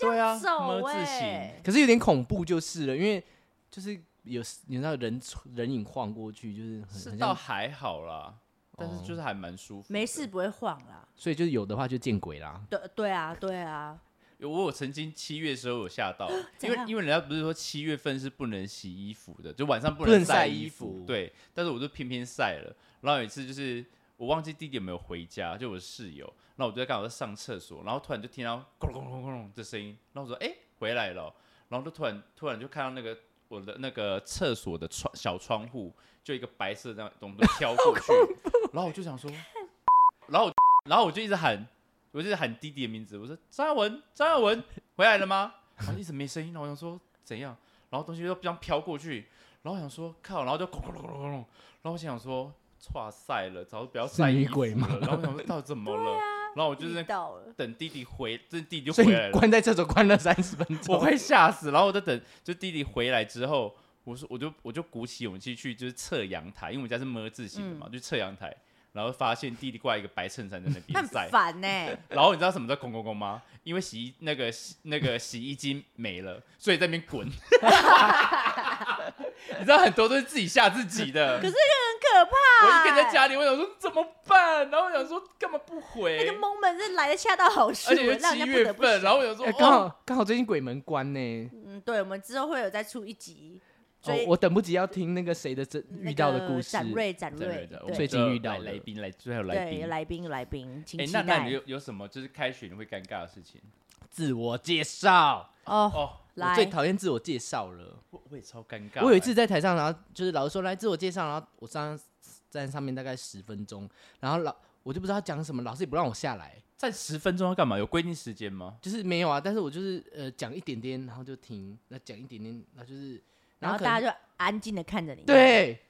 Speaker 2: 对啊，
Speaker 1: 走
Speaker 2: 么字
Speaker 1: 哎
Speaker 2: 形，
Speaker 3: 可是有点恐怖就是了，因为就是有你知道人人影晃过去，就是很
Speaker 2: 是
Speaker 3: 很
Speaker 2: 倒
Speaker 3: 像，
Speaker 2: 还好啦，但是就是还蛮舒服。
Speaker 1: 没事，不会晃啦。
Speaker 3: 所以就是有的话就见鬼啦。
Speaker 1: 对对啊，对啊，
Speaker 2: 有我有曾经七月的时候有吓到，因
Speaker 1: 怎
Speaker 2: 为
Speaker 1: 样
Speaker 2: 因为人家不是说七月份是不能洗衣服的，就晚上不
Speaker 3: 不能
Speaker 2: 能晒
Speaker 3: 晒
Speaker 2: 衣
Speaker 3: 衣服
Speaker 2: 对，但是我就偏偏晒了。然后有一次就是我忘记弟弟有没有回家，就我室友，然后我就在刚好在上厕所，然后突然就听到咕隆咕隆咕隆的声音，然后我说哎、回来了哦，然后就突然突然就看到那个我的那个厕所的窗小窗户就一个白色的那东东飘过去，然后我就想说，然后我然后我就一直喊，我就一直喊弟弟的名字，我说张耀文，张耀文回来了吗？然后一直没声音，然后我想说怎样，然后东西就这样飘过去，然后我想说靠，然后就咕噜咕噜咕噜咕噜，然后我心想说，哇塞了，早就不要晒
Speaker 3: 是女
Speaker 2: 衣服
Speaker 3: 鬼吗
Speaker 2: 了，然后我想说到底怎么了，然哦后我就是
Speaker 1: 啊遇到了，
Speaker 2: 等弟弟回，这弟弟就
Speaker 3: 所以
Speaker 2: 回来
Speaker 3: 你
Speaker 2: 了，
Speaker 3: 关在厕所关了三十分
Speaker 2: 我
Speaker 3: 钟，
Speaker 2: 快吓死，然后我就等，就弟弟回来之后，我说我就我就鼓起勇气去就是测阳台，因为我们家是么字形的
Speaker 3: 嗯
Speaker 2: 嘛，就测阳台，然后发现弟弟挂一个白衬衫在那边
Speaker 1: 很
Speaker 2: 晒，
Speaker 1: 烦呢、
Speaker 2: 然后你知道什么叫“空空空”吗？因为洗衣那个洗那个洗衣机没了，所以在那边滚。 你知道很多都是自己吓自己的，可是
Speaker 1: 很可啊怕。
Speaker 2: 我一个人在家里，我想说怎么办？然后我想说干嘛不回？
Speaker 1: 那个蒙们是来的恰到好处，
Speaker 2: 哎而且又
Speaker 1: 让
Speaker 2: 七
Speaker 1: 人家不
Speaker 2: 月
Speaker 1: 得不
Speaker 2: 份，然后我
Speaker 1: 想
Speaker 2: 想说
Speaker 3: 哎刚
Speaker 2: 哦，
Speaker 3: 好刚好最近鬼门关呢，
Speaker 1: 嗯，对，我们之后会有再出一集
Speaker 3: 哦
Speaker 1: 追、
Speaker 3: 我等不及要听那个谁的真
Speaker 1: 那
Speaker 3: 遇到的
Speaker 1: 个
Speaker 3: 故事。
Speaker 1: 展瑞，展
Speaker 2: 真的
Speaker 1: 瑞，
Speaker 2: 的我
Speaker 1: 对
Speaker 3: 最近遇到
Speaker 2: 来
Speaker 3: 的
Speaker 2: 来宾来，最后来
Speaker 1: 对
Speaker 2: 宾。
Speaker 1: 来宾来宾，请
Speaker 2: 哎，
Speaker 1: 期
Speaker 2: 那那
Speaker 1: 待
Speaker 2: 你有有什么就是开学你会尴尬的事情？
Speaker 3: 自我介绍，
Speaker 1: 哦。
Speaker 2: 哦，
Speaker 3: 我
Speaker 1: 来
Speaker 3: 最，讨厌自我介绍了。
Speaker 2: 我我也超尴尬。欸
Speaker 3: 我有一次在台上，然后就是老师说来自我介绍，然后我站站在上面大概十分钟，然后老我就不知道讲什么，老师也不让我下来，
Speaker 2: 站十分钟要干嘛？有规定时间吗？
Speaker 3: 就是没有啊，但是我就是呃讲一点点，然后就停，那讲一点点，那就是
Speaker 1: 然后
Speaker 3: 可能
Speaker 1: 大家就安静的看着你。，
Speaker 3: 对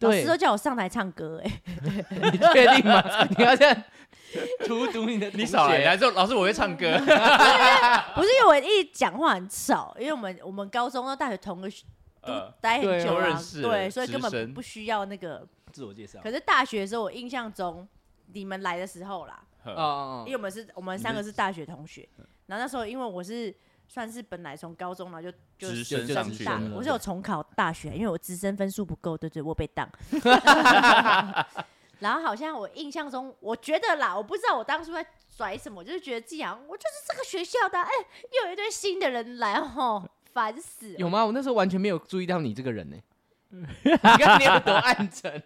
Speaker 1: 老师
Speaker 3: 对
Speaker 1: 都，叫我上台唱歌，哎，
Speaker 3: 你确定吗？你要这样荼毒你的同学，
Speaker 2: 你少来，来之后老师我会唱歌。
Speaker 1: 不是因为我一讲话很吵，因为我们我们高中到大学同个学都
Speaker 2: 呃
Speaker 1: 待很
Speaker 3: 对啊
Speaker 1: 久
Speaker 2: 都
Speaker 1: 了
Speaker 2: 认识，了
Speaker 1: 对，所以根
Speaker 2: 直
Speaker 1: 本
Speaker 2: 升
Speaker 1: 不不需要那个。
Speaker 3: 自我介绍。
Speaker 1: 可是大学的时候，我印象中你们来的时候啦，
Speaker 2: 呵
Speaker 3: 哦哦
Speaker 1: 因为我们是我们三个是大学同学，然后那时候因为我是算是本来从高中然后就就
Speaker 2: 直
Speaker 1: 是
Speaker 2: 升
Speaker 3: 就
Speaker 2: 上
Speaker 3: 直
Speaker 2: 去
Speaker 1: 大
Speaker 3: 升 了
Speaker 1: 我是有重考大学，因为我自身分数不够，对对，我被当。然后好像我印象中，我觉得啦，我不知道我当初在拽什么，我就是觉得自己好像我就是这个学校的啊，哎、又有一堆新的人来哦，烦死了。
Speaker 3: 有吗？我那时候完全没有注意到你这个人呢、你看你有多暗 沉，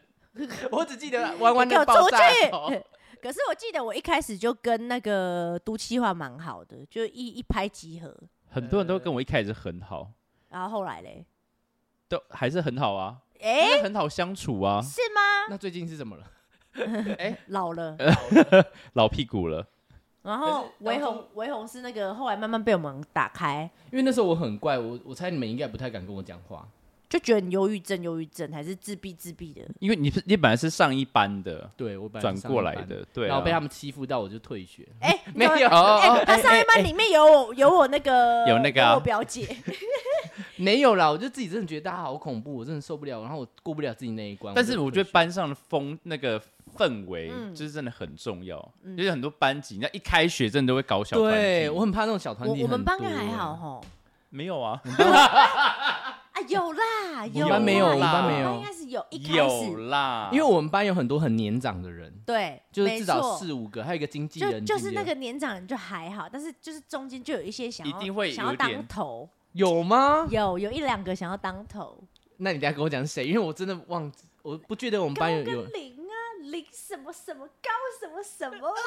Speaker 3: 我只记得弯弯
Speaker 1: 给我
Speaker 3: 的
Speaker 1: 出
Speaker 3: 爆炸头
Speaker 1: 去！ 可是我记得我一开始就跟那个都气话蛮好的，就一一拍即合。
Speaker 2: 很多人都跟我一开始很好，
Speaker 1: 然后后来嘞，
Speaker 2: 都还是很好啊，
Speaker 1: 哎、
Speaker 2: 因为很好相处啊，
Speaker 1: 是吗？
Speaker 3: 那最近是 怎么了？
Speaker 1: 老了，
Speaker 2: 老屁股了。
Speaker 1: 然
Speaker 3: 可
Speaker 1: 后
Speaker 3: 是
Speaker 1: 维
Speaker 3: 当
Speaker 1: 红维红是那个后来慢慢被我们打开，
Speaker 3: 因为那时候我很怪，我我猜你们应该不太敢跟我讲话。
Speaker 1: 就觉得你忧郁症，忧郁症还是自闭自闭的。
Speaker 2: 因为你是你本来是上一班的，
Speaker 3: 对我本来
Speaker 2: 转
Speaker 3: 是上
Speaker 2: 过
Speaker 3: 一
Speaker 2: 来
Speaker 3: 班，
Speaker 2: 的，对、啊，
Speaker 3: 然后被他们欺负到我就退学。
Speaker 1: 哎、
Speaker 3: 没
Speaker 1: 那
Speaker 3: 有，
Speaker 1: 哎、
Speaker 3: 哦
Speaker 1: 他上一班里面有我，有我那个，
Speaker 2: 有那个啊
Speaker 1: 我表姐，
Speaker 3: 没有啦，我就自己真的觉得大家好恐怖，我真的受不了，然后我过不了自己那一关。
Speaker 2: 但是我觉得
Speaker 3: 班
Speaker 2: 班上的风那个氛围，
Speaker 1: 嗯
Speaker 2: 就是真的很重要。
Speaker 1: 嗯
Speaker 2: 就是很多班级，那一开学真的都会搞小团体。
Speaker 3: 对我很怕那种小团
Speaker 1: 我
Speaker 3: 体很多。啊
Speaker 1: 我们班还好吼，
Speaker 2: 没有啊，
Speaker 1: 啊有啦，有
Speaker 2: 们
Speaker 1: 啦
Speaker 2: 班没有
Speaker 1: 我们
Speaker 2: 我们班没
Speaker 3: 有
Speaker 1: 应该是有一开
Speaker 2: 有
Speaker 1: 始
Speaker 2: 啦，
Speaker 3: 因为我们班有很多很年长的人，
Speaker 1: 对，
Speaker 3: 就是
Speaker 1: 没
Speaker 3: 至少
Speaker 1: 错
Speaker 3: 四五个，还有一个经纪
Speaker 1: 就
Speaker 3: 人，
Speaker 1: 就是
Speaker 3: 你记得
Speaker 1: 那个年长人就还好，但是就是中间就有一些想
Speaker 2: 一
Speaker 1: 要
Speaker 2: 定会
Speaker 1: 想
Speaker 2: 有
Speaker 1: 要
Speaker 2: 点
Speaker 1: 当头，
Speaker 3: 有吗？
Speaker 1: 有有一两个想要当头，
Speaker 3: 那你等一下跟我讲是谁，因为我真的忘记，我不觉得我们
Speaker 1: 高
Speaker 3: 班有
Speaker 1: 跟
Speaker 3: 有
Speaker 1: 零啊，零什么什么高什么什么啊，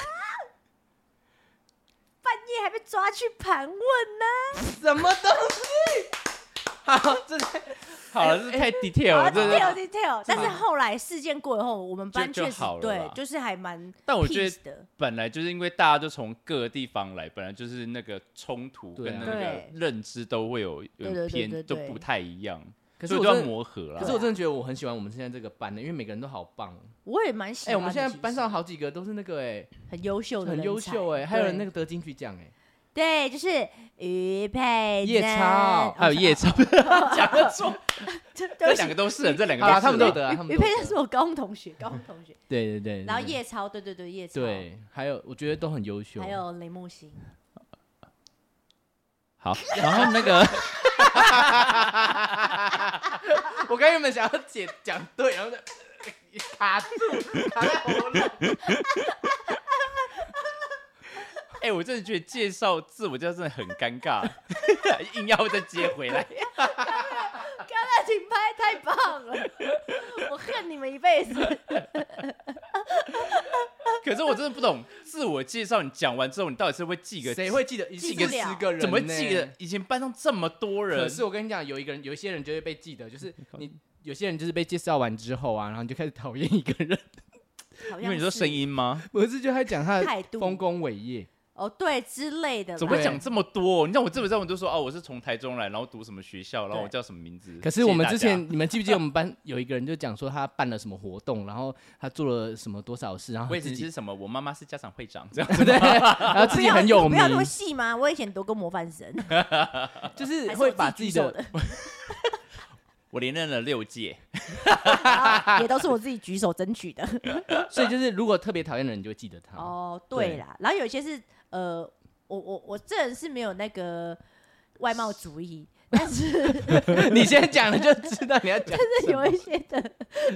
Speaker 1: 半夜还被抓去盘问呢、
Speaker 3: 什么东西。好，这
Speaker 2: 好了，这太
Speaker 3: 哎
Speaker 2: detail
Speaker 1: 好
Speaker 2: 了，这
Speaker 1: ，detail
Speaker 2: 是。
Speaker 1: detail，但是后来事件过以后，我们班
Speaker 2: 就
Speaker 1: 确
Speaker 2: 就
Speaker 1: 实
Speaker 2: 好了
Speaker 1: 对
Speaker 2: 啦，
Speaker 1: 就是还蛮 peace 的，
Speaker 2: 但我觉得本来就是因为大家都从各个地方来，本来就是那个冲突
Speaker 3: 对
Speaker 2: 跟
Speaker 3: 啊
Speaker 2: 那个
Speaker 1: 对
Speaker 2: 认知都会有
Speaker 1: 对对
Speaker 2: 有
Speaker 1: 对对
Speaker 2: 偏，都
Speaker 1: 对
Speaker 2: 不太一样，
Speaker 3: 可是
Speaker 2: 所以
Speaker 3: 我
Speaker 2: 都要
Speaker 3: 真的
Speaker 2: 磨合啦
Speaker 3: 可。是我真的觉得我很喜欢我们现在这个班的，因为每个人都好棒哦。
Speaker 1: 我也蛮喜欢
Speaker 3: 哎、
Speaker 1: 的。
Speaker 3: 我们现在班上
Speaker 1: 其
Speaker 3: 好几个都是那个哎、
Speaker 1: 实很优秀的人
Speaker 3: 很
Speaker 1: 才，
Speaker 3: 优秀哎、还有人那
Speaker 1: 个
Speaker 3: 个得金曲奖哎、
Speaker 1: 对，就是于佩
Speaker 3: 叶
Speaker 1: 珍
Speaker 3: 超
Speaker 1: 哦
Speaker 2: 还有夜超，
Speaker 3: 讲得出。
Speaker 1: 对
Speaker 2: 这
Speaker 1: 对不起
Speaker 2: 两个都是人， 这两个
Speaker 3: 好啦，
Speaker 2: 都
Speaker 3: 他
Speaker 2: 是
Speaker 3: 们都有
Speaker 2: 人。
Speaker 3: 得啊，他们都
Speaker 1: 于
Speaker 3: 有得
Speaker 1: 佩珍是我高中同学，高中同学，
Speaker 3: 对对对对，
Speaker 1: 然后
Speaker 3: 对
Speaker 1: 叶超，对对对，叶超，
Speaker 3: 对，还有我觉得都很优秀。
Speaker 1: 还有雷木 星，
Speaker 2: 好，然后那个
Speaker 3: 我刚原本想要解讲对，然后就 卡住，卡在喉咙。
Speaker 2: 哎、我真的觉得介绍自我介绍真的很尴尬， 硬要再接回来。
Speaker 1: 刚才停拍太棒了， 我恨你们一辈子。
Speaker 2: 可是我真的不懂，自我介绍你讲完之后，你到底是会记个
Speaker 3: 谁会记得一
Speaker 1: 记
Speaker 3: 记
Speaker 1: 不
Speaker 3: 个
Speaker 1: 了
Speaker 3: 十个人、
Speaker 2: 怎么记得？？以前班上这么多
Speaker 3: 可
Speaker 2: 人，
Speaker 3: 是我跟你讲，有一个人，有一些人就会被记得， 就是你有些人就是被介绍完之后啊，然后你就开始讨厌一个人。
Speaker 1: 好像
Speaker 2: 因为你说
Speaker 1: 是
Speaker 2: 声音吗？
Speaker 3: 我是觉得他讲他
Speaker 1: 态度
Speaker 3: 丰功伟业，
Speaker 1: 哦，对之类的啦，
Speaker 2: 怎么会
Speaker 3: 对
Speaker 2: 讲这么多？你知道我基本上我都说哦，我是从台中来，然后读什么学校，然后我
Speaker 1: 对
Speaker 2: 叫什么名字。
Speaker 3: 可
Speaker 2: 谢
Speaker 3: 是
Speaker 2: 谢
Speaker 3: 我们
Speaker 2: 大
Speaker 3: 之
Speaker 2: 家
Speaker 3: 前，你们记不记得我们班有一个人就讲说他办了什么活动，然后他做了什么多少事，然后
Speaker 2: 我
Speaker 3: 他
Speaker 2: 以
Speaker 3: 自
Speaker 2: 前
Speaker 3: 己
Speaker 2: 是什么？我妈妈是家长会长，这样
Speaker 3: 对，然后自己很有
Speaker 1: 不
Speaker 3: 名
Speaker 1: 要，那么细吗？我以前读过模范 生，
Speaker 3: 就是
Speaker 1: 还是
Speaker 3: 会
Speaker 1: 我
Speaker 3: 把
Speaker 1: 自
Speaker 3: 自
Speaker 1: 己
Speaker 3: 己
Speaker 1: 举手
Speaker 3: 的
Speaker 1: 的，
Speaker 2: 我连任了六届。
Speaker 1: 然后也都是我自己举手争取的。
Speaker 3: 所以就是如果特别讨厌的人，你就会记得他。
Speaker 1: 哦，对
Speaker 3: 对
Speaker 1: 啦，然后有一些是呃，我我我这人是没有那个外貌主义，但是
Speaker 3: 你先讲了就知道你要讲
Speaker 1: 但是有一些的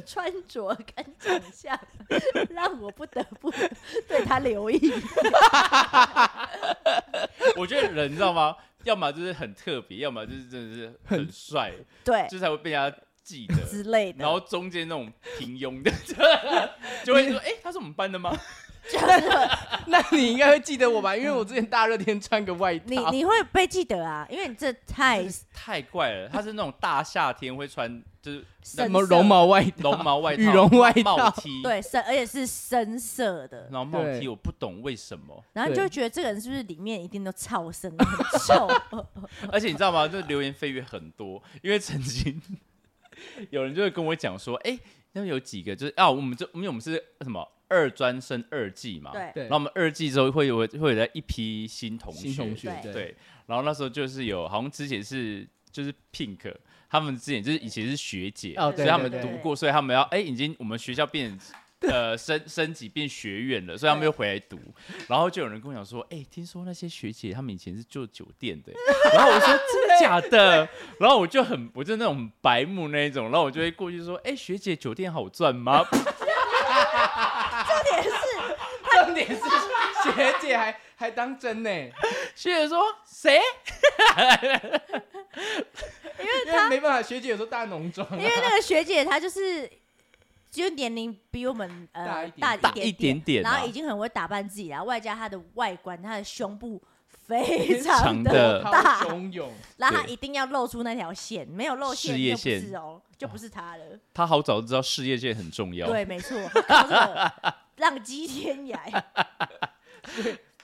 Speaker 1: 穿着跟长相， 让我不得不 对他留意。
Speaker 2: 我觉得人你知道吗？要么就是很特别，要么就是真的是很帅，
Speaker 1: 对
Speaker 2: 就才会被大家记得。
Speaker 1: 之类的
Speaker 2: 然，后中间那种平庸的， 就会说：“哎、他是我们班的吗
Speaker 3: 那你应该会记得我吧？因为我之前大热天穿个外
Speaker 1: 你
Speaker 3: 套，
Speaker 1: 你会被记得啊，因为你这太？”
Speaker 2: 太怪了，他是那种大夏天会穿就是
Speaker 1: 深
Speaker 3: 什么
Speaker 1: 色
Speaker 3: 绒毛外套、
Speaker 2: 绒毛外套、
Speaker 3: 羽绒外
Speaker 2: 帽
Speaker 3: 套，
Speaker 2: T，，
Speaker 1: 对深，而且是深色的，
Speaker 2: 然后帽
Speaker 3: 对
Speaker 2: T 我不懂为什么，
Speaker 1: 然后你就
Speaker 3: 对
Speaker 1: 会觉得这个人是不是里面一定都超生很 臭？
Speaker 2: 而且你知道吗？这流言蜚语很多，因为曾经有人就会跟我讲说：“哎、那有几个就是啊，我们这因为我们是什么二专升二技嘛，
Speaker 1: 对
Speaker 3: 对
Speaker 2: 然后我们二技之后会有会有在一批新同学，
Speaker 3: 新同学
Speaker 1: 对
Speaker 2: 对，然后那时候就是有，好像之前是就是 Pink，他们之前就是以前是学姐，
Speaker 3: 哦
Speaker 2: 所
Speaker 3: 对
Speaker 2: 以他们
Speaker 3: 对
Speaker 2: 读
Speaker 3: 对
Speaker 2: 过，所以他们要哎、已经我们学校变 呃升升级变学院了，所以他们又回来读。然后就有人跟我讲说，哎、听说那些学姐他们以前是做酒店的，然后我说真的假的？然后我就很 我就那种很白目那一种，然后我就会过去说，哎、学姐酒店好赚吗？
Speaker 1: 重点是
Speaker 3: 重点是学姐还还当真呢。学姐说谁？
Speaker 1: 因为
Speaker 3: 因为没办法，学姐有时候大浓妆啊、
Speaker 1: 因为那个学姐她就是，就年龄比我们呃
Speaker 3: 大一点
Speaker 2: 大
Speaker 1: 一
Speaker 2: 一点点啊
Speaker 1: 然后已经很会打扮自己了，然后外加她的外观，她的胸部非常
Speaker 2: 长
Speaker 1: 的，
Speaker 2: 的
Speaker 3: 波
Speaker 1: 大
Speaker 3: 涛汹涌，
Speaker 1: 然后她
Speaker 2: 对
Speaker 1: 一定要露出那条线，没有露线
Speaker 2: 事
Speaker 1: 就
Speaker 2: 业
Speaker 1: 不是
Speaker 2: 线
Speaker 1: 哦，就不是她了。
Speaker 2: 他好早就知道事业线很重要，
Speaker 1: 对，没错，她靠这个 浪迹天涯，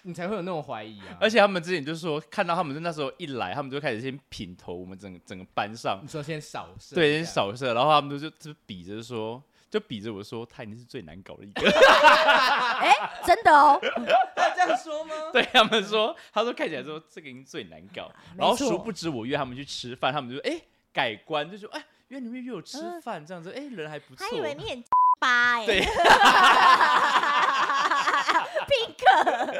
Speaker 3: 你才会有那种怀疑啊。
Speaker 2: 而且他们之前就说，看到他们那时候一来，他们就开始先品头我们整个整个班上
Speaker 3: 你，说先扫射，
Speaker 2: 对，先，扫射，然后他们就就比着说，就比着我说，他已经是最难搞的一个。
Speaker 1: 哎，真的哦，
Speaker 3: 他这样说吗？
Speaker 2: 对他们说，他说看起来说这个已经最难搞，
Speaker 1: 没
Speaker 2: 然后
Speaker 1: 错
Speaker 2: 殊不知我约他们去吃饭，他们就哎、诶改观，就说哎、原来你们约我吃饭、这样子，哎、人还不错
Speaker 4: 还。以为你很八
Speaker 1: 欸
Speaker 4: 哎、
Speaker 2: 对，
Speaker 1: ，pink，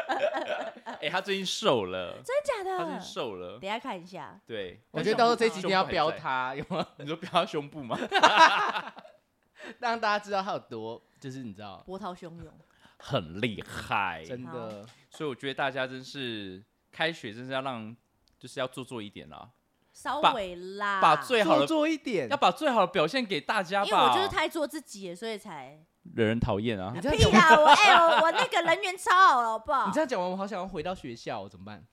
Speaker 2: 哎、他最近瘦了，
Speaker 1: 真的假
Speaker 2: 他
Speaker 1: 的
Speaker 2: 最近？瘦了
Speaker 1: 呃等，一下看一下，
Speaker 2: 对。
Speaker 3: 我
Speaker 2: 但
Speaker 3: 觉
Speaker 2: 胸
Speaker 3: 得到时候
Speaker 2: 部
Speaker 3: 这一集一定要
Speaker 2: 胸
Speaker 3: 标，
Speaker 2: 部还
Speaker 3: 他，有 没有？
Speaker 2: 在你说标他胸部 吗？
Speaker 3: 让大家知道他有多，就是你知道，
Speaker 1: 波涛汹涌，
Speaker 2: 很厉害，
Speaker 3: 真的
Speaker 2: 所以我觉得大家真是开学真是要让，就是要做作一点啦，
Speaker 1: 稍
Speaker 2: 把
Speaker 1: 微啦，
Speaker 2: 把最好
Speaker 3: 啊做
Speaker 2: 的
Speaker 3: 作一点
Speaker 2: 要。把最好的表现给大家吧。
Speaker 1: 因为我就是太做自己了，所以才
Speaker 2: 惹人讨厌啊
Speaker 3: 你，这 样
Speaker 1: 屁
Speaker 3: 讲
Speaker 1: 啦！我
Speaker 3: 完，
Speaker 1: 哎、我我那个人缘超好了，好不好
Speaker 3: 你这？样讲完，我好想要回到学校哦，怎么办？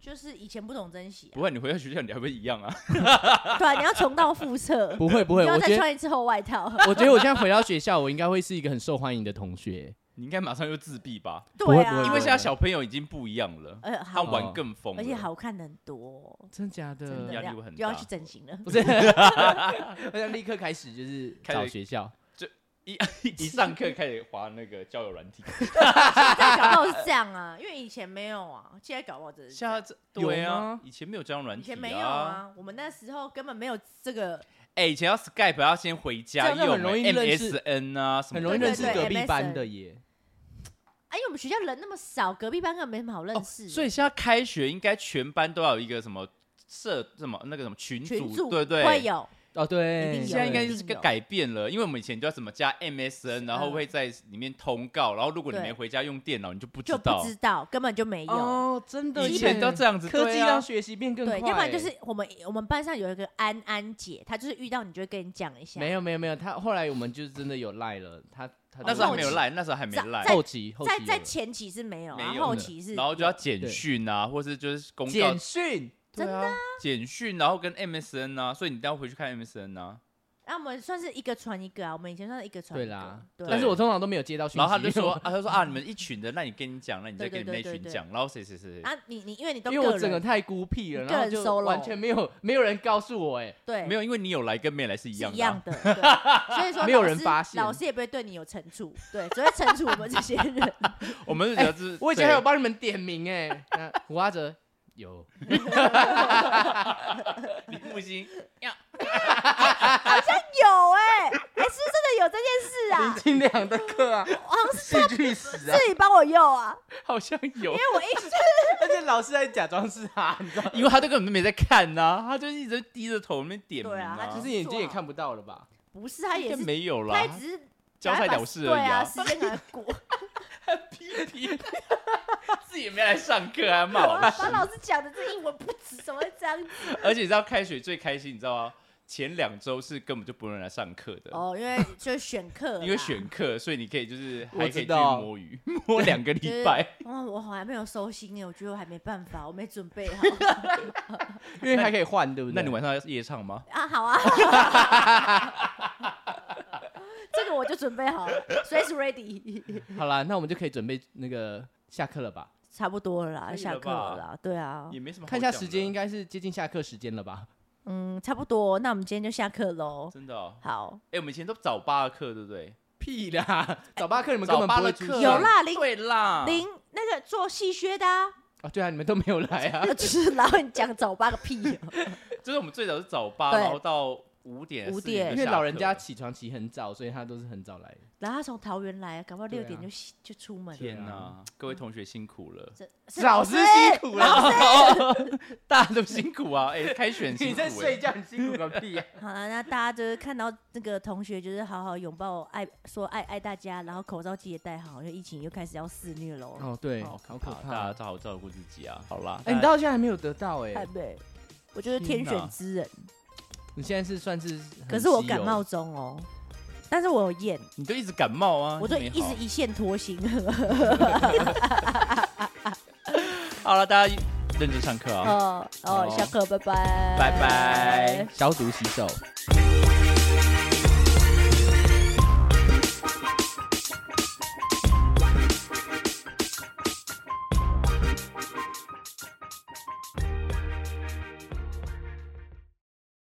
Speaker 1: 就是以前不懂珍惜、
Speaker 2: 不会，你回到学校你还会一样啊。
Speaker 1: 啊，对啊，你要重蹈覆辙，
Speaker 3: 不会不
Speaker 1: 你
Speaker 3: 会，
Speaker 1: 要
Speaker 3: 我
Speaker 1: 再
Speaker 3: 觉 得
Speaker 1: 穿一次厚外套。
Speaker 3: 我觉得我现在回到学校，我应该会是一个很受欢迎的同学。
Speaker 2: 你应该马上就自闭吧，
Speaker 3: 不
Speaker 1: 对
Speaker 3: 会
Speaker 1: 啊，
Speaker 3: 不会
Speaker 2: 因为现在小朋友已经不一样
Speaker 3: 嗯
Speaker 2: 了，
Speaker 1: 呃
Speaker 2: 他
Speaker 1: 好，
Speaker 2: 玩更疯了，
Speaker 1: 而且好看的很多，
Speaker 3: 真假的？
Speaker 1: 真的
Speaker 2: 压力会很大
Speaker 1: 又要去整形了。
Speaker 3: 不是，我想立刻开始就是
Speaker 2: 开始
Speaker 3: 找学校，
Speaker 2: 一一上课开始滑那个交友软 体，
Speaker 1: 现在搞不好是这样啊，因为以前没有啊，现在搞不好真的是这
Speaker 2: 现在
Speaker 1: 样。
Speaker 2: 这对
Speaker 3: 有
Speaker 2: 啊
Speaker 3: 吗，
Speaker 2: 以前没有交友软
Speaker 1: 以
Speaker 2: 体，
Speaker 1: 前没有，啊，我们那时候根本没有这个，
Speaker 2: 哎，以前要 Skype 要先回
Speaker 3: 这
Speaker 2: 家
Speaker 3: 样就
Speaker 2: 用
Speaker 3: 很容易
Speaker 2: 哎
Speaker 3: 认识
Speaker 2: MSN 啊，什么的
Speaker 3: 很容易认识
Speaker 1: 对对
Speaker 3: 隔壁班
Speaker 1: MSN
Speaker 3: 的耶。
Speaker 1: 哎，因为我们学校人那么少，隔壁班根本没什么好认
Speaker 2: 哦
Speaker 1: 识的。
Speaker 2: 所以现在开学应该全班都要有一个什么社什么那个什么群
Speaker 1: 群
Speaker 2: 组，
Speaker 1: 组
Speaker 2: 对不对？
Speaker 1: 会有，
Speaker 3: 哦，对，
Speaker 1: 一定有
Speaker 2: 现在应该
Speaker 1: 一定
Speaker 2: 就是个
Speaker 1: 有
Speaker 2: 改变了，因为我们以前就要什么加 MSN，然后
Speaker 1: 嗯
Speaker 2: 会在里面通告，然后如果你
Speaker 1: 对
Speaker 2: 没回家用电脑，你就不知
Speaker 1: 就不
Speaker 2: 道。
Speaker 1: 知道，根本就没有。
Speaker 3: 哦，真的耶，
Speaker 2: 以前都这样子，
Speaker 3: 科技
Speaker 2: 对啊
Speaker 3: 让学习变更
Speaker 1: 对，
Speaker 3: 快耶。
Speaker 1: 要不然就是我们我们班上有一个安安姐，她就是遇到你就会跟你讲一下。
Speaker 3: 没有没有没有，他后来我们就真的有赖了，他他
Speaker 2: 那时候还没有
Speaker 1: 后期
Speaker 2: 赖，那时候还没
Speaker 1: 在
Speaker 2: 赖，
Speaker 3: 后期后期
Speaker 1: 在
Speaker 3: 有
Speaker 1: 在
Speaker 3: 了
Speaker 1: 前期是没有
Speaker 2: 没
Speaker 1: 啊，
Speaker 2: 有
Speaker 1: 后
Speaker 2: 的
Speaker 1: 期是
Speaker 2: 然后就要简
Speaker 3: 对
Speaker 2: 讯啊，或是就是公告
Speaker 3: 简，讯，
Speaker 2: 对啊，简讯，然后跟 MSN 啊，所以你一定要回去看 MSN 啊。
Speaker 1: 那、啊、我们算是一个传一个啊，我们以前算是一个传一
Speaker 3: 对
Speaker 1: 个。
Speaker 3: 啦，
Speaker 1: 对
Speaker 3: 但是我通常都没有接到讯息，
Speaker 2: 然后他就说，
Speaker 3: 因为
Speaker 2: 啊，他说啊，你们一群的，那你跟你讲，那你再
Speaker 1: 对
Speaker 2: 跟你
Speaker 1: 对
Speaker 2: 那
Speaker 1: 对
Speaker 2: 群
Speaker 1: 对
Speaker 2: 讲，然后谁谁谁，
Speaker 1: 啊，你你因为你都
Speaker 3: 我，因为
Speaker 1: 个
Speaker 3: 我整个
Speaker 1: 人
Speaker 3: 太孤僻了，
Speaker 1: 你
Speaker 3: 然后
Speaker 1: 个人
Speaker 3: 就
Speaker 1: solo
Speaker 3: 完全没有没有人告诉我，哎，
Speaker 1: 对
Speaker 2: 没有，因为你有来跟没来是一
Speaker 1: 是
Speaker 2: 样
Speaker 1: 一
Speaker 2: 的啊
Speaker 1: 样。的， 对所以说
Speaker 3: 没有
Speaker 1: 老
Speaker 3: 人
Speaker 1: 师
Speaker 3: 发现
Speaker 1: 老师也不会对你有惩处，对，只会惩处我们这些人。
Speaker 2: 我们就觉
Speaker 3: 哎
Speaker 2: 得是，
Speaker 3: 我以前还
Speaker 2: 对
Speaker 3: 有帮你们点名，哎， 那胡阿哲有，
Speaker 2: 林木星，
Speaker 1: 有哎、哎、是真的有这件 事
Speaker 3: 林
Speaker 1: 啊，
Speaker 3: 金良的课啊，
Speaker 1: 好像是
Speaker 3: 戏剧史啊，
Speaker 1: 自己帮我用啊，
Speaker 2: 好像有
Speaker 1: 因，为我一直
Speaker 3: 而且老师还假装是他，你知道吗，
Speaker 2: 因为他都根本都没在看呐、他就一直低着头那边点名、
Speaker 1: 对啊他
Speaker 3: 就
Speaker 1: 只
Speaker 3: 是眼睛也看不到了吧？
Speaker 1: 不是他也
Speaker 2: 应该
Speaker 1: 是，
Speaker 2: 没有
Speaker 1: 他
Speaker 2: 啦
Speaker 1: 也，只是
Speaker 2: 啊交
Speaker 1: 赶
Speaker 2: 差
Speaker 1: 快把
Speaker 2: 了事而已
Speaker 1: 对 啊，
Speaker 2: 啊。
Speaker 1: 时间赶快过。
Speaker 2: 屁屁，自己也没来上课还骂
Speaker 1: 我
Speaker 2: 我
Speaker 1: 要。 把老师讲的这一文不值，怎么会这样子？
Speaker 2: 而且你知道开学最开心，你知道吗？前两周是根本就不能来上课的，
Speaker 1: 哦，因为就是选课啦，
Speaker 2: 因为选课，所以你可以就是
Speaker 3: 我
Speaker 2: 还可以
Speaker 3: 知
Speaker 2: 去
Speaker 3: 道
Speaker 2: 摸鱼，摸两个
Speaker 1: 就是
Speaker 2: 礼拜。
Speaker 1: 哇，哦我好像没有收心欸耶，我觉得我还没办法，我没准备 好
Speaker 3: 啊因为还可以换，对不对？
Speaker 2: 那你晚上要夜唱吗？
Speaker 1: 啊。好啊， 这个我就准备好了，随时 ready，
Speaker 3: 好啦，那我们就可以准备那个下课了吧？
Speaker 1: 差不多了
Speaker 2: 可
Speaker 1: 啦，
Speaker 2: 以
Speaker 1: 下
Speaker 2: 了吧
Speaker 1: 课了啦，对啊
Speaker 2: 也，没什么好
Speaker 3: 看
Speaker 2: 讲
Speaker 3: 一
Speaker 2: 的。
Speaker 3: 下时间，应该是接近下课时间了吧？
Speaker 1: 嗯，差不多，那我们今天就下课喽。
Speaker 2: 真的哦。
Speaker 1: 好，
Speaker 2: 哎，我们以前都早八的课，对不对？
Speaker 3: 屁啦，早八课你们啊根
Speaker 2: 早
Speaker 3: 本不
Speaker 2: 八的
Speaker 3: 会出
Speaker 2: 课
Speaker 3: 现
Speaker 1: 有啦林
Speaker 2: 对啦，
Speaker 1: 林那个做戏靴的啊，
Speaker 3: 啊，对啊，你们都没有来啊。
Speaker 1: 就是然后你讲早八个屁哦，
Speaker 2: 就是我们最早是早八，
Speaker 1: 对
Speaker 2: 然后到五点
Speaker 1: 五点
Speaker 2: 4
Speaker 1: 对
Speaker 3: 因
Speaker 2: 就
Speaker 3: 为
Speaker 2: 下
Speaker 3: 老人
Speaker 2: 课
Speaker 3: 家起床起很早，所以他都是很早来的。
Speaker 1: 然后他从桃园来，搞不好
Speaker 3: 对
Speaker 1: 六
Speaker 3: 啊
Speaker 1: 点就洗就出门了。
Speaker 2: 天哪，各位同学辛 苦了，
Speaker 1: 这是
Speaker 3: 老师辛苦了，
Speaker 2: 大家都辛苦啊！哎，开选 辛
Speaker 3: 你
Speaker 2: 苦
Speaker 3: 在
Speaker 2: 哎，
Speaker 3: 睡觉，你辛苦个屁啊呀！
Speaker 1: 好了，那大家就是看到那个同学，就是好好拥抱爱，说爱爱大家，然后口罩记得戴好，因为疫情又开始要肆虐喽。
Speaker 3: 哦，对，
Speaker 2: 好可
Speaker 3: 好可
Speaker 2: 怕，大家
Speaker 3: 怕。
Speaker 2: 照好照顾自己啊！好啦，
Speaker 3: 哎，你到现在还没有得到哎
Speaker 1: 太，美，我就是天
Speaker 2: 天哪
Speaker 1: 选之人，
Speaker 3: 你现在是算是，
Speaker 1: 可是我感冒，中哦，但是我有验，
Speaker 2: 你就一直感冒啊，
Speaker 1: 我就
Speaker 2: 没
Speaker 1: 一
Speaker 2: 好
Speaker 1: 直一线拖行。
Speaker 2: 好了，大家 认
Speaker 1: 嗯
Speaker 2: 真上课啊。
Speaker 1: 哦哦哦，下课，拜拜，
Speaker 2: 拜拜。
Speaker 3: 消毒洗手。